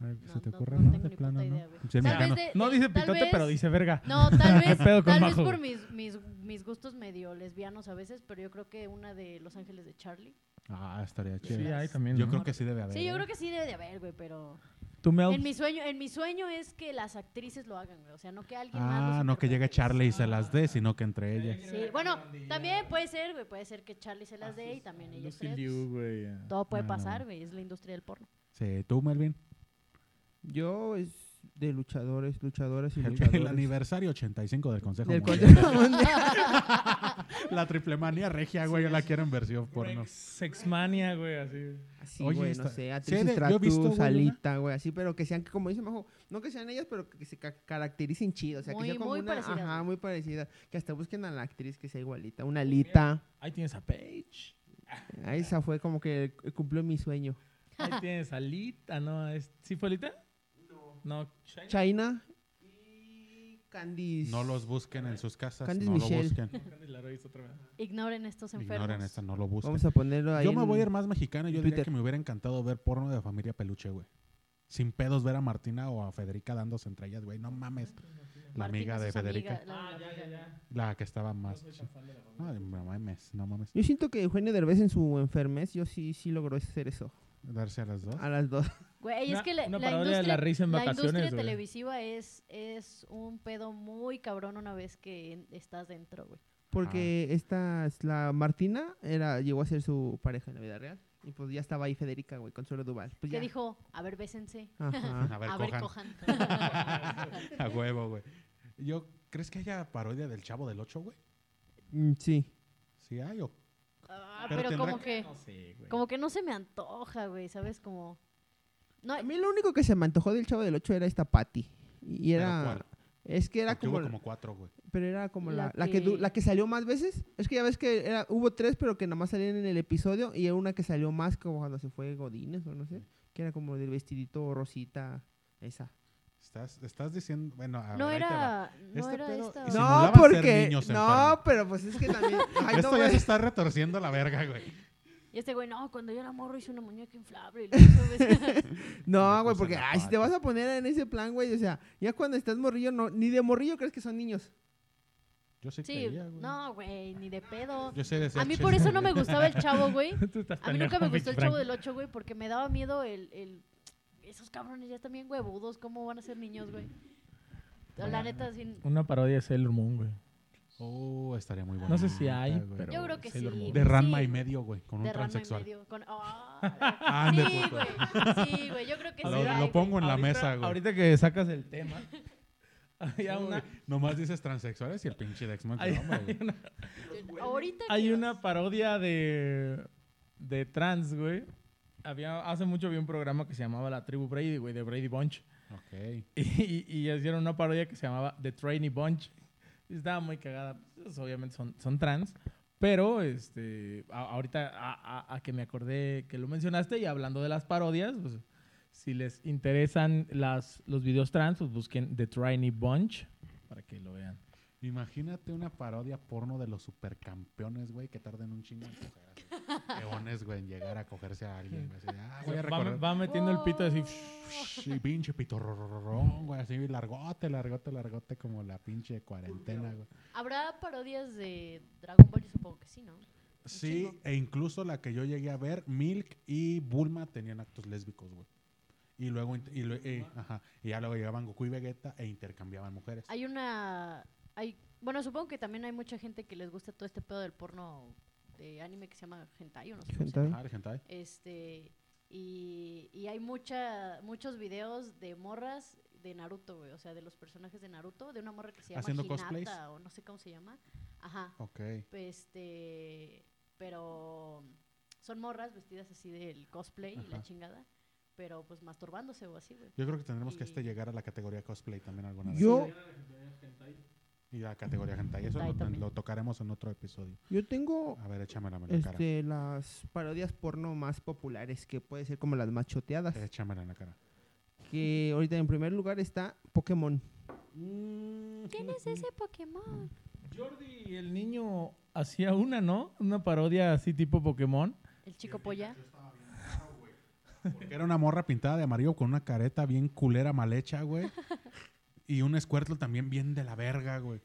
Speaker 2: A ver, ¿qué
Speaker 5: No,
Speaker 2: se te
Speaker 5: no-
Speaker 2: ocurre?
Speaker 5: no
Speaker 2: No,
Speaker 5: tengo
Speaker 2: de
Speaker 5: ni
Speaker 2: plano,
Speaker 5: puta
Speaker 2: no.
Speaker 5: idea, güey.
Speaker 2: Sí,
Speaker 5: Tal
Speaker 2: mira,
Speaker 5: vez
Speaker 2: no.
Speaker 5: de-
Speaker 3: No dice
Speaker 5: tal
Speaker 3: pitote,
Speaker 5: vez-
Speaker 3: pero dice verga.
Speaker 5: No, tal vez,
Speaker 3: ¿Qué pedo con
Speaker 5: tal vez
Speaker 3: Majo,
Speaker 5: por
Speaker 3: güey?
Speaker 5: mis, mis, mis gustos medio lesbianos a veces, pero yo creo que una de Los Ángeles de Charlie.
Speaker 2: Ah, estaría
Speaker 3: Sí,
Speaker 2: chido.
Speaker 3: hay también.
Speaker 2: yo creo que sí debe haber. ¿eh?
Speaker 5: Sí, yo creo que sí debe de haber, güey, pero
Speaker 3: Tú me
Speaker 5: en mi sueño, en mi sueño es que las actrices lo hagan, güey. O sea, no que alguien más.
Speaker 2: Ah,
Speaker 5: los
Speaker 2: no que llegue
Speaker 5: interprete.
Speaker 2: Charlie y se las dé, sino que entre ellas.
Speaker 5: Sí, bueno, también puede ser, güey, puede ser que Charlie se las dé y también ella se las dé.
Speaker 3: güey. eh,
Speaker 5: Todo puede
Speaker 2: Ah, no.
Speaker 5: pasar, güey, es la industria del porno.
Speaker 2: Sí, tú, Melvin.
Speaker 4: Yo es- de luchadores, luchadoras y
Speaker 2: El,
Speaker 4: luchadores.
Speaker 2: el aniversario 85 del Consejo
Speaker 4: del
Speaker 2: Mundial.
Speaker 4: Consejo Mundial.
Speaker 2: La triplemanía regia, güey, yo la quiero en versión porno.
Speaker 3: Rex- Sexmania, güey, así.
Speaker 4: Así,
Speaker 2: Oye,
Speaker 4: güey, no
Speaker 2: esta-
Speaker 4: sé,
Speaker 2: sí, de- yo he visto,
Speaker 4: Atriz
Speaker 2: güey,
Speaker 4: y
Speaker 2: una-
Speaker 4: Salita, güey, así, pero que sean, como dice Majo, no que sean ellas, pero que se ca- caractericen chido, o sea,
Speaker 5: Muy-
Speaker 4: que sea como
Speaker 5: muy
Speaker 4: una,
Speaker 5: parecidas,
Speaker 4: ajá,
Speaker 5: güey.
Speaker 4: muy parecida, que hasta busquen a la actriz que sea igualita, una Alita,
Speaker 3: Ahí tienes a Paige.
Speaker 4: Ah, esa fue como que cumplió mi sueño.
Speaker 3: Ahí tienes a Lita. No, es- ¿sí fue Lita? No. No, Shiny.
Speaker 4: China y Candice.
Speaker 2: No los busquen en sus casas,
Speaker 4: Candice
Speaker 2: no
Speaker 4: Michelle.
Speaker 2: lo busquen.
Speaker 3: La reviso otra vez.
Speaker 5: Ignoren estos enfermos.
Speaker 2: Ignoren esta, no lo busquen.
Speaker 4: Vamos a ponerlo ahí.
Speaker 2: Yo me
Speaker 4: en-
Speaker 2: voy a ir más mexicano. Yo diría
Speaker 4: Twitter.
Speaker 2: que me hubiera encantado ver porno de familia peluche, güey. Sin pedos ver a Martina o a Federica dándose entre ellas, güey. No mames. La amiga de Federica.
Speaker 5: Ah, ya, ya,
Speaker 2: La que estaba más. ch- Ay, No mames, no mames.
Speaker 4: Yo siento que Eugenio Derbez en su enfermez, yo sí, sí logró hacer eso.
Speaker 2: Darse a las dos.
Speaker 4: A las dos.
Speaker 5: Güey,
Speaker 3: Una-
Speaker 5: es que la,
Speaker 3: una
Speaker 5: la
Speaker 3: parodia de la
Speaker 5: industria,
Speaker 3: risa en
Speaker 5: la
Speaker 3: vacaciones,
Speaker 5: industria
Speaker 3: güey.
Speaker 5: televisiva es, es un pedo muy cabrón una vez que en- estás dentro, güey.
Speaker 4: Porque
Speaker 2: Ah.
Speaker 4: esta, es la Martina era, llegó a ser su pareja en la vida real. Y pues ya estaba ahí Federica, güey, Consuelo Duval. Pues
Speaker 5: Que
Speaker 4: ya.
Speaker 5: dijo, a ver, bésense.
Speaker 4: Ajá.
Speaker 2: A ver,
Speaker 5: a ver,
Speaker 2: cojan.
Speaker 5: cojan.
Speaker 2: A huevo, güey. Yo, ¿crees que haya parodia del Chavo del Ocho, güey?
Speaker 4: Mm, sí.
Speaker 2: Sí hay o...
Speaker 5: Ah,
Speaker 2: Pero
Speaker 5: pero
Speaker 2: tendrá
Speaker 5: como que,
Speaker 3: No sé, güey.
Speaker 5: como que no se me antoja, güey, ¿sabes? Como... No,
Speaker 4: A mí lo único que se me antojó del Chavo del Ocho era esta Patty. Y
Speaker 2: ¿Pero
Speaker 4: era...
Speaker 2: cuál?
Speaker 4: Es que era
Speaker 2: porque
Speaker 4: como,
Speaker 2: hubo como cuatro, güey.
Speaker 4: Pero era como la,
Speaker 5: La
Speaker 4: la, que... du-
Speaker 5: que-
Speaker 4: la que salió más veces. Es que ya ves que era, hubo tres, pero que nada más salían en el episodio. Y era una que salió más como cuando se fue Godínez o no sé. Que era como del vestidito rosita. Esa.
Speaker 2: Estás, estás diciendo... Bueno, a
Speaker 5: no
Speaker 2: ver, ahí te va.
Speaker 5: era, no
Speaker 2: Este
Speaker 5: era
Speaker 2: pedo
Speaker 5: esta.
Speaker 2: y
Speaker 5: güey.
Speaker 4: No,
Speaker 2: Simulaba ser
Speaker 4: porque...
Speaker 2: niños enfermos.
Speaker 4: No, pero pues es que también... Ay, no,
Speaker 2: Esto ya
Speaker 4: güey.
Speaker 2: se está retorciendo la verga, güey.
Speaker 5: Y este güey, no, cuando yo era morro hice una muñeca inflable. y lo hizo, güey.
Speaker 2: Una
Speaker 4: No, güey,
Speaker 2: cosa
Speaker 4: porque
Speaker 2: en la
Speaker 4: ay, si te
Speaker 2: pata.
Speaker 4: vas a poner en ese plan, güey, o sea, ya cuando estás morrillo, no, ni de morrillo crees que son niños.
Speaker 2: Yo sí,
Speaker 5: sí,
Speaker 2: creía, güey.
Speaker 5: no, güey, ni de pedo.
Speaker 2: Yo sé decir
Speaker 5: A mí
Speaker 2: chiste,
Speaker 5: por eso no
Speaker 2: güey.
Speaker 5: me gustaba el chavo, güey.
Speaker 3: Tú estás
Speaker 5: A mí nunca me
Speaker 3: pendejo, pinche
Speaker 5: gustó el
Speaker 3: Frank.
Speaker 5: chavo del 8, güey, porque me daba miedo el, el- Esos cabrones ya también huevudos, ¿cómo van a ser niños, güey? La neta, sin...
Speaker 3: Una parodia de Sailor Moon, güey.
Speaker 2: Oh, estaría muy bueno.
Speaker 3: No sé si hay, pero.
Speaker 5: Yo creo que
Speaker 3: Sailor
Speaker 5: sí.
Speaker 3: Moon.
Speaker 2: De Ranma
Speaker 5: Sí.
Speaker 2: y medio, güey, con un
Speaker 5: de rama y
Speaker 2: transexual.
Speaker 5: medio. Con... ¡Ah!
Speaker 2: Ande,
Speaker 5: sí,
Speaker 3: pues,
Speaker 2: puto.
Speaker 5: güey. Sí, güey, yo creo que
Speaker 2: Lo-
Speaker 5: sí.
Speaker 2: lo
Speaker 5: hay, güey.
Speaker 2: pongo en la
Speaker 3: Ahorita-
Speaker 2: mesa, güey.
Speaker 3: Ahorita que sacas el tema, había una,
Speaker 2: Uy, Nomás dices transexuales y el pinche Dexman.
Speaker 3: hay-
Speaker 2: que hombre, güey.
Speaker 3: hay una,
Speaker 5: Ahorita
Speaker 3: hay
Speaker 5: que-
Speaker 3: una parodia de, de trans, güey. Había, hace mucho vi un programa que se llamaba La Tribu Brady, güey, de Brady Bunch.
Speaker 2: Ok.
Speaker 3: Y, y hicieron una parodia que se llamaba The Trainee Bunch. Y Estaba muy cagada. Pues, obviamente son, son trans. Pero este, a- ahorita a, a- a que me acordé que lo mencionaste y hablando de las parodias, pues, si les interesan las, los videos trans, pues busquen The Trainee Bunch para que lo vean.
Speaker 2: Imagínate una parodia porno de los supercampeones, güey, que tarden un chingo en coger. así. Leones, güey, en llegar a cogerse a alguien. güey, así de, ah, voy a
Speaker 3: va,
Speaker 2: recorrer.
Speaker 3: va metiendo el pito así.
Speaker 5: Oh,
Speaker 2: Sí, pinche pitorrorrón, güey, así largote, largote, largote, como la pinche cuarentena, güey.
Speaker 5: Habrá parodias de Dragon Ball, yo supongo que sí, ¿no?
Speaker 2: Sí,
Speaker 5: chingo.
Speaker 2: e incluso la que yo llegué a ver, Milk y Bulma tenían actos lésbicos, güey. Y luego, int- y, lue- eh, ajá, y ya luego llegaban Goku y Vegeta e intercambiaban mujeres.
Speaker 5: Hay una... Hay... Bueno, supongo que también hay mucha gente que les gusta todo este pedo del porno de anime que se llama hentai o no sé cómo se
Speaker 4: Hentai.
Speaker 2: Ajá, el hentai.
Speaker 5: Este, y, y hay mucha, muchos videos de morras de Naruto, güey. O sea, de los personajes de Naruto, de una morra que se llama
Speaker 2: Haciendo
Speaker 5: Hinata
Speaker 2: cosplays.
Speaker 5: o no sé cómo se llama. Ajá.
Speaker 2: Ok.
Speaker 5: Este, pero son morras vestidas así del cosplay y
Speaker 2: Ajá.
Speaker 5: la chingada. Pero pues masturbándose o así, güey.
Speaker 2: Yo creo que tendremos que este
Speaker 5: Y-
Speaker 2: llegar a la categoría cosplay también alguna vez.
Speaker 4: Yo,
Speaker 2: Y la categoría hentai. Eso
Speaker 5: Hentai
Speaker 2: lo,
Speaker 5: también.
Speaker 2: lo tocaremos en otro episodio.
Speaker 4: yo tengo
Speaker 2: A ver, échamela en la cara.
Speaker 4: este, las parodias porno más populares, que puede ser como las más choteadas.
Speaker 2: Échamela en la cara.
Speaker 4: Que ahorita en primer lugar está Pokémon.
Speaker 5: ¿Quién es ese Pokémon?
Speaker 3: Jordi, el niño hacía una, ¿no? Una parodia así tipo Pokémon.
Speaker 5: El chico polla.
Speaker 2: Porque era una morra pintada de amarillo con una careta bien culera, mal hecha, güey. Y un escuerto también bien de la verga, güey.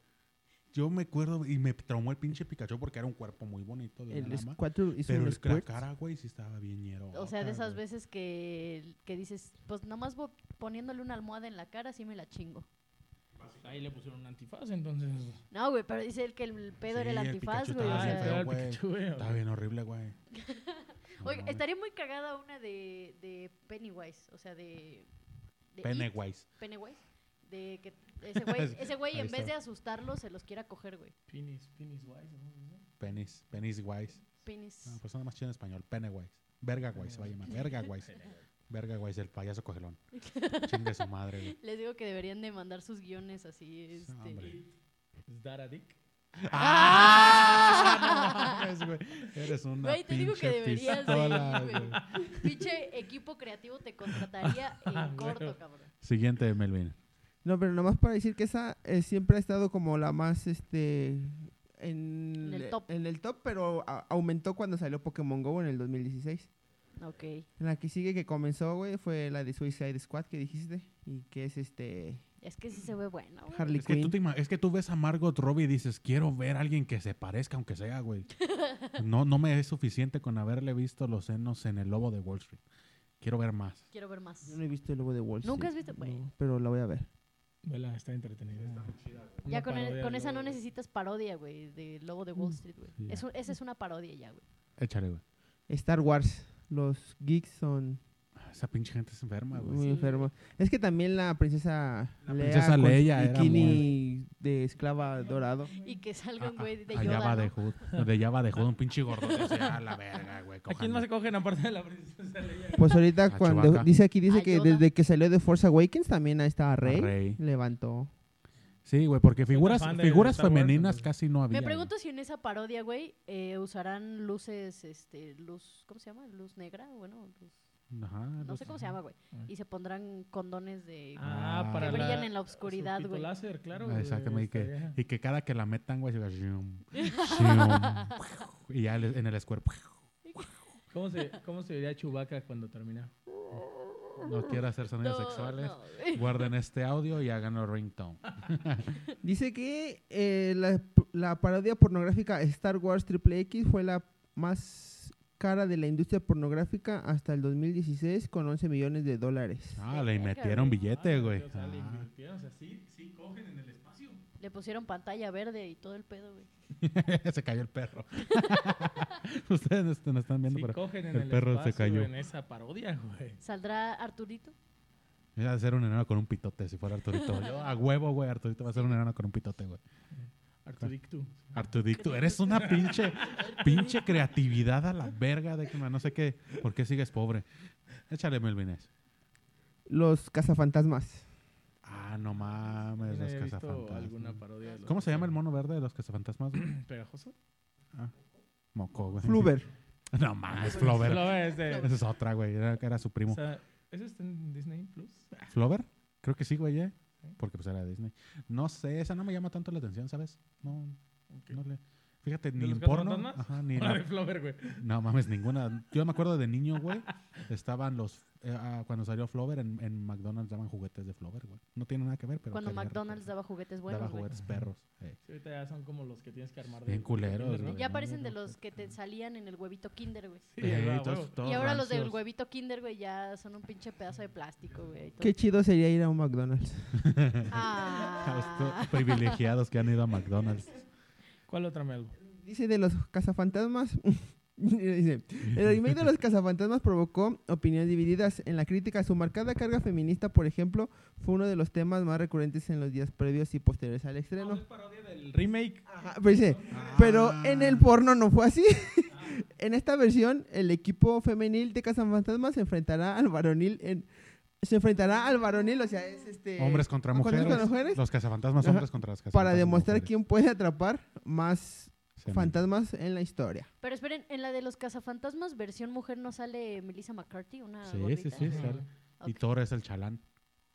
Speaker 2: Yo me acuerdo y me traumó el pinche Pikachu porque era un cuerpo muy bonito de
Speaker 4: El
Speaker 2: una dama.
Speaker 4: Squirtle hizo
Speaker 2: Pero
Speaker 4: un
Speaker 2: el, la
Speaker 4: squirt.
Speaker 2: cara, güey, sí estaba bien ñero.
Speaker 5: O sea, de esas veces que, que dices, pues nomás vo- poniéndole una almohada en la cara, sí me la chingo.
Speaker 3: Ahí le pusieron un antifaz, entonces.
Speaker 5: No, güey, pero dice él que el pedo
Speaker 2: Sí,
Speaker 5: era
Speaker 2: el
Speaker 5: el antifaz,
Speaker 2: Pikachu
Speaker 5: güey.
Speaker 2: estaba
Speaker 5: o
Speaker 3: Ah,
Speaker 2: bien
Speaker 5: sea,
Speaker 2: feo,
Speaker 3: era el
Speaker 2: güey.
Speaker 3: Pikachu, güey.
Speaker 2: Estaba bien horrible, güey. No
Speaker 5: Oye,
Speaker 2: mames.
Speaker 5: estaría muy cagada una de, de Pennywise, o sea, de, de It,
Speaker 2: Pennywise.
Speaker 5: Pennywise, de que ese güey, ese güey
Speaker 2: Ahí
Speaker 5: en
Speaker 2: está.
Speaker 5: vez de asustarlos se los quiera coger, güey.
Speaker 3: Penis, penis wise. ¿no?
Speaker 2: Penis. Pennywise.
Speaker 5: Penis.
Speaker 2: No, pues nada más chido en español. Pennywise. Vergawise se va a llamar. Vergawise. Vergawise, el payaso cogelón. Chingue su madre, güey.
Speaker 5: Les digo que deberían de mandar sus guiones así, este,
Speaker 2: Ah, hombre.
Speaker 3: Is that a dick?
Speaker 2: ¡Ah! No mames, güey. Eres una
Speaker 5: Güey, te digo que
Speaker 2: pinche
Speaker 5: deberías de
Speaker 2: pistola,
Speaker 5: ir, güey.
Speaker 2: güey.
Speaker 5: Pinche equipo creativo te contrataría
Speaker 2: Ah,
Speaker 5: en corto,
Speaker 3: Bueno.
Speaker 5: cabrón.
Speaker 2: Siguiente, Melvin.
Speaker 4: No, pero nomás para decir que esa eh, siempre ha estado como la más, este, en,
Speaker 5: En el top.
Speaker 4: en el top, pero a- aumentó cuando salió Pokémon Go en el 2016.
Speaker 5: Ok.
Speaker 4: La que sigue que comenzó, güey, fue la de Suicide Squad que dijiste y que es, este,
Speaker 5: Es que sí se ve bueno, güey.
Speaker 4: Harley
Speaker 2: Es que, tú
Speaker 4: Quinn.
Speaker 2: te ima- es que tú ves a Margot Robbie y dices, quiero ver a alguien que se parezca, aunque sea, güey. No, no me es suficiente con haberle visto los senos en el lobo de Wall Street. Quiero ver más.
Speaker 5: Quiero ver más.
Speaker 4: Yo no he visto el lobo de Wall
Speaker 5: ¿Nunca has
Speaker 4: Street,
Speaker 5: visto? Güey.
Speaker 4: no, pero la voy a ver.
Speaker 3: Vela, está entretenida.
Speaker 5: Ya
Speaker 3: Una
Speaker 5: con, el-
Speaker 3: parodia
Speaker 5: con
Speaker 3: del
Speaker 5: esa no
Speaker 3: lobo.
Speaker 5: necesitas parodia, güey, de Lobo de Wall Street, güey.
Speaker 2: Mm, Ya.
Speaker 5: Eso- Esa es una parodia ya, güey.
Speaker 2: Échale, güey.
Speaker 4: Star Wars. Los geeks son
Speaker 2: Ah, Esa pinche gente es enferma,
Speaker 4: muy
Speaker 2: güey.
Speaker 4: enfermos. Es que también la princesa
Speaker 2: La
Speaker 4: Leia
Speaker 2: princesa
Speaker 4: con
Speaker 2: Leia
Speaker 4: su
Speaker 2: era
Speaker 4: bikini
Speaker 2: muy-
Speaker 4: de esclava dorado.
Speaker 5: Y que salga un
Speaker 2: Ah,
Speaker 5: güey de
Speaker 2: ah,
Speaker 5: Yoda,
Speaker 2: Java
Speaker 5: ¿no?
Speaker 2: de Hood. De Java de Hood, un pinche gordo. A la verga, güey.
Speaker 3: ¿A quién más se
Speaker 2: cojan".
Speaker 3: cogen aparte de la princesa Leia?
Speaker 4: Pues ahorita
Speaker 2: A
Speaker 4: cuando
Speaker 2: Chewbacca.
Speaker 4: dice aquí
Speaker 5: A
Speaker 4: dice que
Speaker 5: Yoda.
Speaker 4: desde que salió de Force Awakens también ahí estaba Rey.
Speaker 2: Rey.
Speaker 4: Levantó.
Speaker 2: Sí, güey, porque figuras,
Speaker 3: fan de
Speaker 2: figuras
Speaker 3: Star Wars,
Speaker 2: femeninas
Speaker 3: entonces.
Speaker 2: casi no había.
Speaker 5: Me
Speaker 2: güey.
Speaker 5: pregunto si en esa parodia, güey, eh, usarán luces, este, luz, ¿cómo se llama? Luz negra, bueno, luz-
Speaker 2: Ajá,
Speaker 5: no
Speaker 2: pues,
Speaker 5: sé cómo se llama, güey. Y se pondrán condones de...
Speaker 2: Ah,
Speaker 5: que
Speaker 2: para
Speaker 5: brillan en la oscuridad,
Speaker 3: su pito
Speaker 5: güey.
Speaker 3: láser, claro.
Speaker 2: Ah,
Speaker 3: güey,
Speaker 2: Exactamente. Y que,
Speaker 3: estaría-
Speaker 2: y que cada que la metan, güey, se va shum, shum, Y ya le- en el escuerpo.
Speaker 3: ¿Cómo se, ¿Cómo se vería Chewbacca cuando termina?
Speaker 2: No quiero hacer sonidos sexuales.
Speaker 5: no, güey.
Speaker 2: Guarden este audio y háganlo ringtone.
Speaker 4: Dice que eh, la, la parodia pornográfica Star Wars Triple X fue la más cara de la industria pornográfica hasta el 2016 con 11 millones de dólares.
Speaker 2: Ah,
Speaker 5: Verga,
Speaker 2: le metieron
Speaker 5: güey.
Speaker 2: billete, güey.
Speaker 3: O sea, le
Speaker 2: Ah.
Speaker 3: invirtieron, o sea, sí, sí cogen en el espacio.
Speaker 5: Le pusieron pantalla verde y todo el pedo, güey.
Speaker 2: Ah, se cayó el perro. Ustedes no están, no están viendo,
Speaker 3: Sí
Speaker 2: pero
Speaker 3: cogen en
Speaker 2: el
Speaker 3: el,
Speaker 2: perro se
Speaker 3: espacio
Speaker 2: cayó.
Speaker 3: en esa parodia, güey.
Speaker 5: ¿Saldrá Arturito?
Speaker 2: iba a ser un enano con un pitote si fuera Arturito. Yo, a huevo, güey, Arturito va a ser un enano con un pitote, güey.
Speaker 3: Arturictu.
Speaker 2: Arturito, eres una pinche, pinche creatividad a la verga de que no sé qué. ¿Por qué sigues pobre? Échale, Melvines.
Speaker 4: Los cazafantasmas.
Speaker 2: Ah, no mames,
Speaker 3: ¿Quién
Speaker 2: los
Speaker 3: había visto alguna
Speaker 2: cazafantasmas.
Speaker 3: parodia de los
Speaker 2: ¿Cómo se llama el mono verde de los cazafantasmas? güey?
Speaker 3: pegajoso?
Speaker 2: Moco, güey.
Speaker 4: Fluber.
Speaker 2: No mames, Flover.
Speaker 3: Lo ves, de-
Speaker 2: Esa es otra, güey. Era, era su
Speaker 3: o
Speaker 2: primo.
Speaker 3: sea, ¿Eso está en Disney Plus?
Speaker 2: ¿Flover? Creo que sí, güey, ¿eh?
Speaker 3: Sí.
Speaker 2: Porque pues era de Disney. No sé, esa no me llama tanto la atención, ¿sabes? No,
Speaker 3: Ok.
Speaker 2: no le... Fíjate,
Speaker 3: ¿De
Speaker 2: ni
Speaker 3: los
Speaker 2: en porno.
Speaker 3: cazafantasmas?
Speaker 2: Ajá, ni en
Speaker 3: La
Speaker 2: la-
Speaker 3: de Flover, güey.
Speaker 2: No mames, ninguna. Yo me acuerdo de niño, güey. Estaban los. eh, ah, cuando salió Flover, en, en McDonald's daban juguetes de Flover, güey. No tiene nada que ver, pero.
Speaker 5: Cuando
Speaker 2: quería
Speaker 5: McDonald's
Speaker 2: recordar.
Speaker 5: daba juguetes buenos,
Speaker 2: Daba
Speaker 5: güey.
Speaker 2: juguetes perros. eh.
Speaker 3: Sí, ahorita ya son como los que tienes que armar.
Speaker 2: Bien culeros,
Speaker 3: Kinder, ¿no?
Speaker 2: güey.
Speaker 5: Ya parecen de los que te salían en el huevito Kinder, güey.
Speaker 3: Sí,
Speaker 2: Eh,
Speaker 3: va,
Speaker 2: todos-
Speaker 3: huevo.
Speaker 2: todos
Speaker 5: Y ahora los del
Speaker 2: rancios.
Speaker 5: huevito Kinder, güey, ya son un pinche pedazo de plástico, güey. y todo.
Speaker 4: Qué chido sería ir a un McDonald's.
Speaker 2: A los
Speaker 5: Ah.
Speaker 2: to- privilegiados que han ido a McDonald's.
Speaker 3: ¿Cuál otra me algo?
Speaker 4: Dice de los cazafantasmas. dice, el remake de los cazafantasmas provocó opiniones divididas en la crítica. Su marcada carga feminista, por ejemplo, fue uno de los temas más recurrentes en los días previos y posteriores al estreno.
Speaker 3: parodia del remake.
Speaker 4: Ajá, pero dice, pero en el porno no fue así. en esta versión, el equipo femenil de cazafantasmas se enfrentará al varonil en se enfrentará al varonil, o sea, es este
Speaker 2: Hombres contra
Speaker 4: ¿con- con
Speaker 2: mujeres.
Speaker 4: mujeres?
Speaker 2: Los cazafantasmas,
Speaker 4: Ajá.
Speaker 2: hombres contra las cazafantasmas.
Speaker 4: para demostrar
Speaker 2: mujeres.
Speaker 4: quién puede atrapar más
Speaker 2: Se me-
Speaker 4: fantasmas en la historia.
Speaker 5: Pero esperen, en la de los cazafantasmas versión mujer no sale Melissa McCarthy, una
Speaker 2: Sí,
Speaker 5: gordita?
Speaker 2: sí, sí.
Speaker 5: Ajá.
Speaker 2: sale. Y
Speaker 5: Ok.
Speaker 2: Thor es el chalán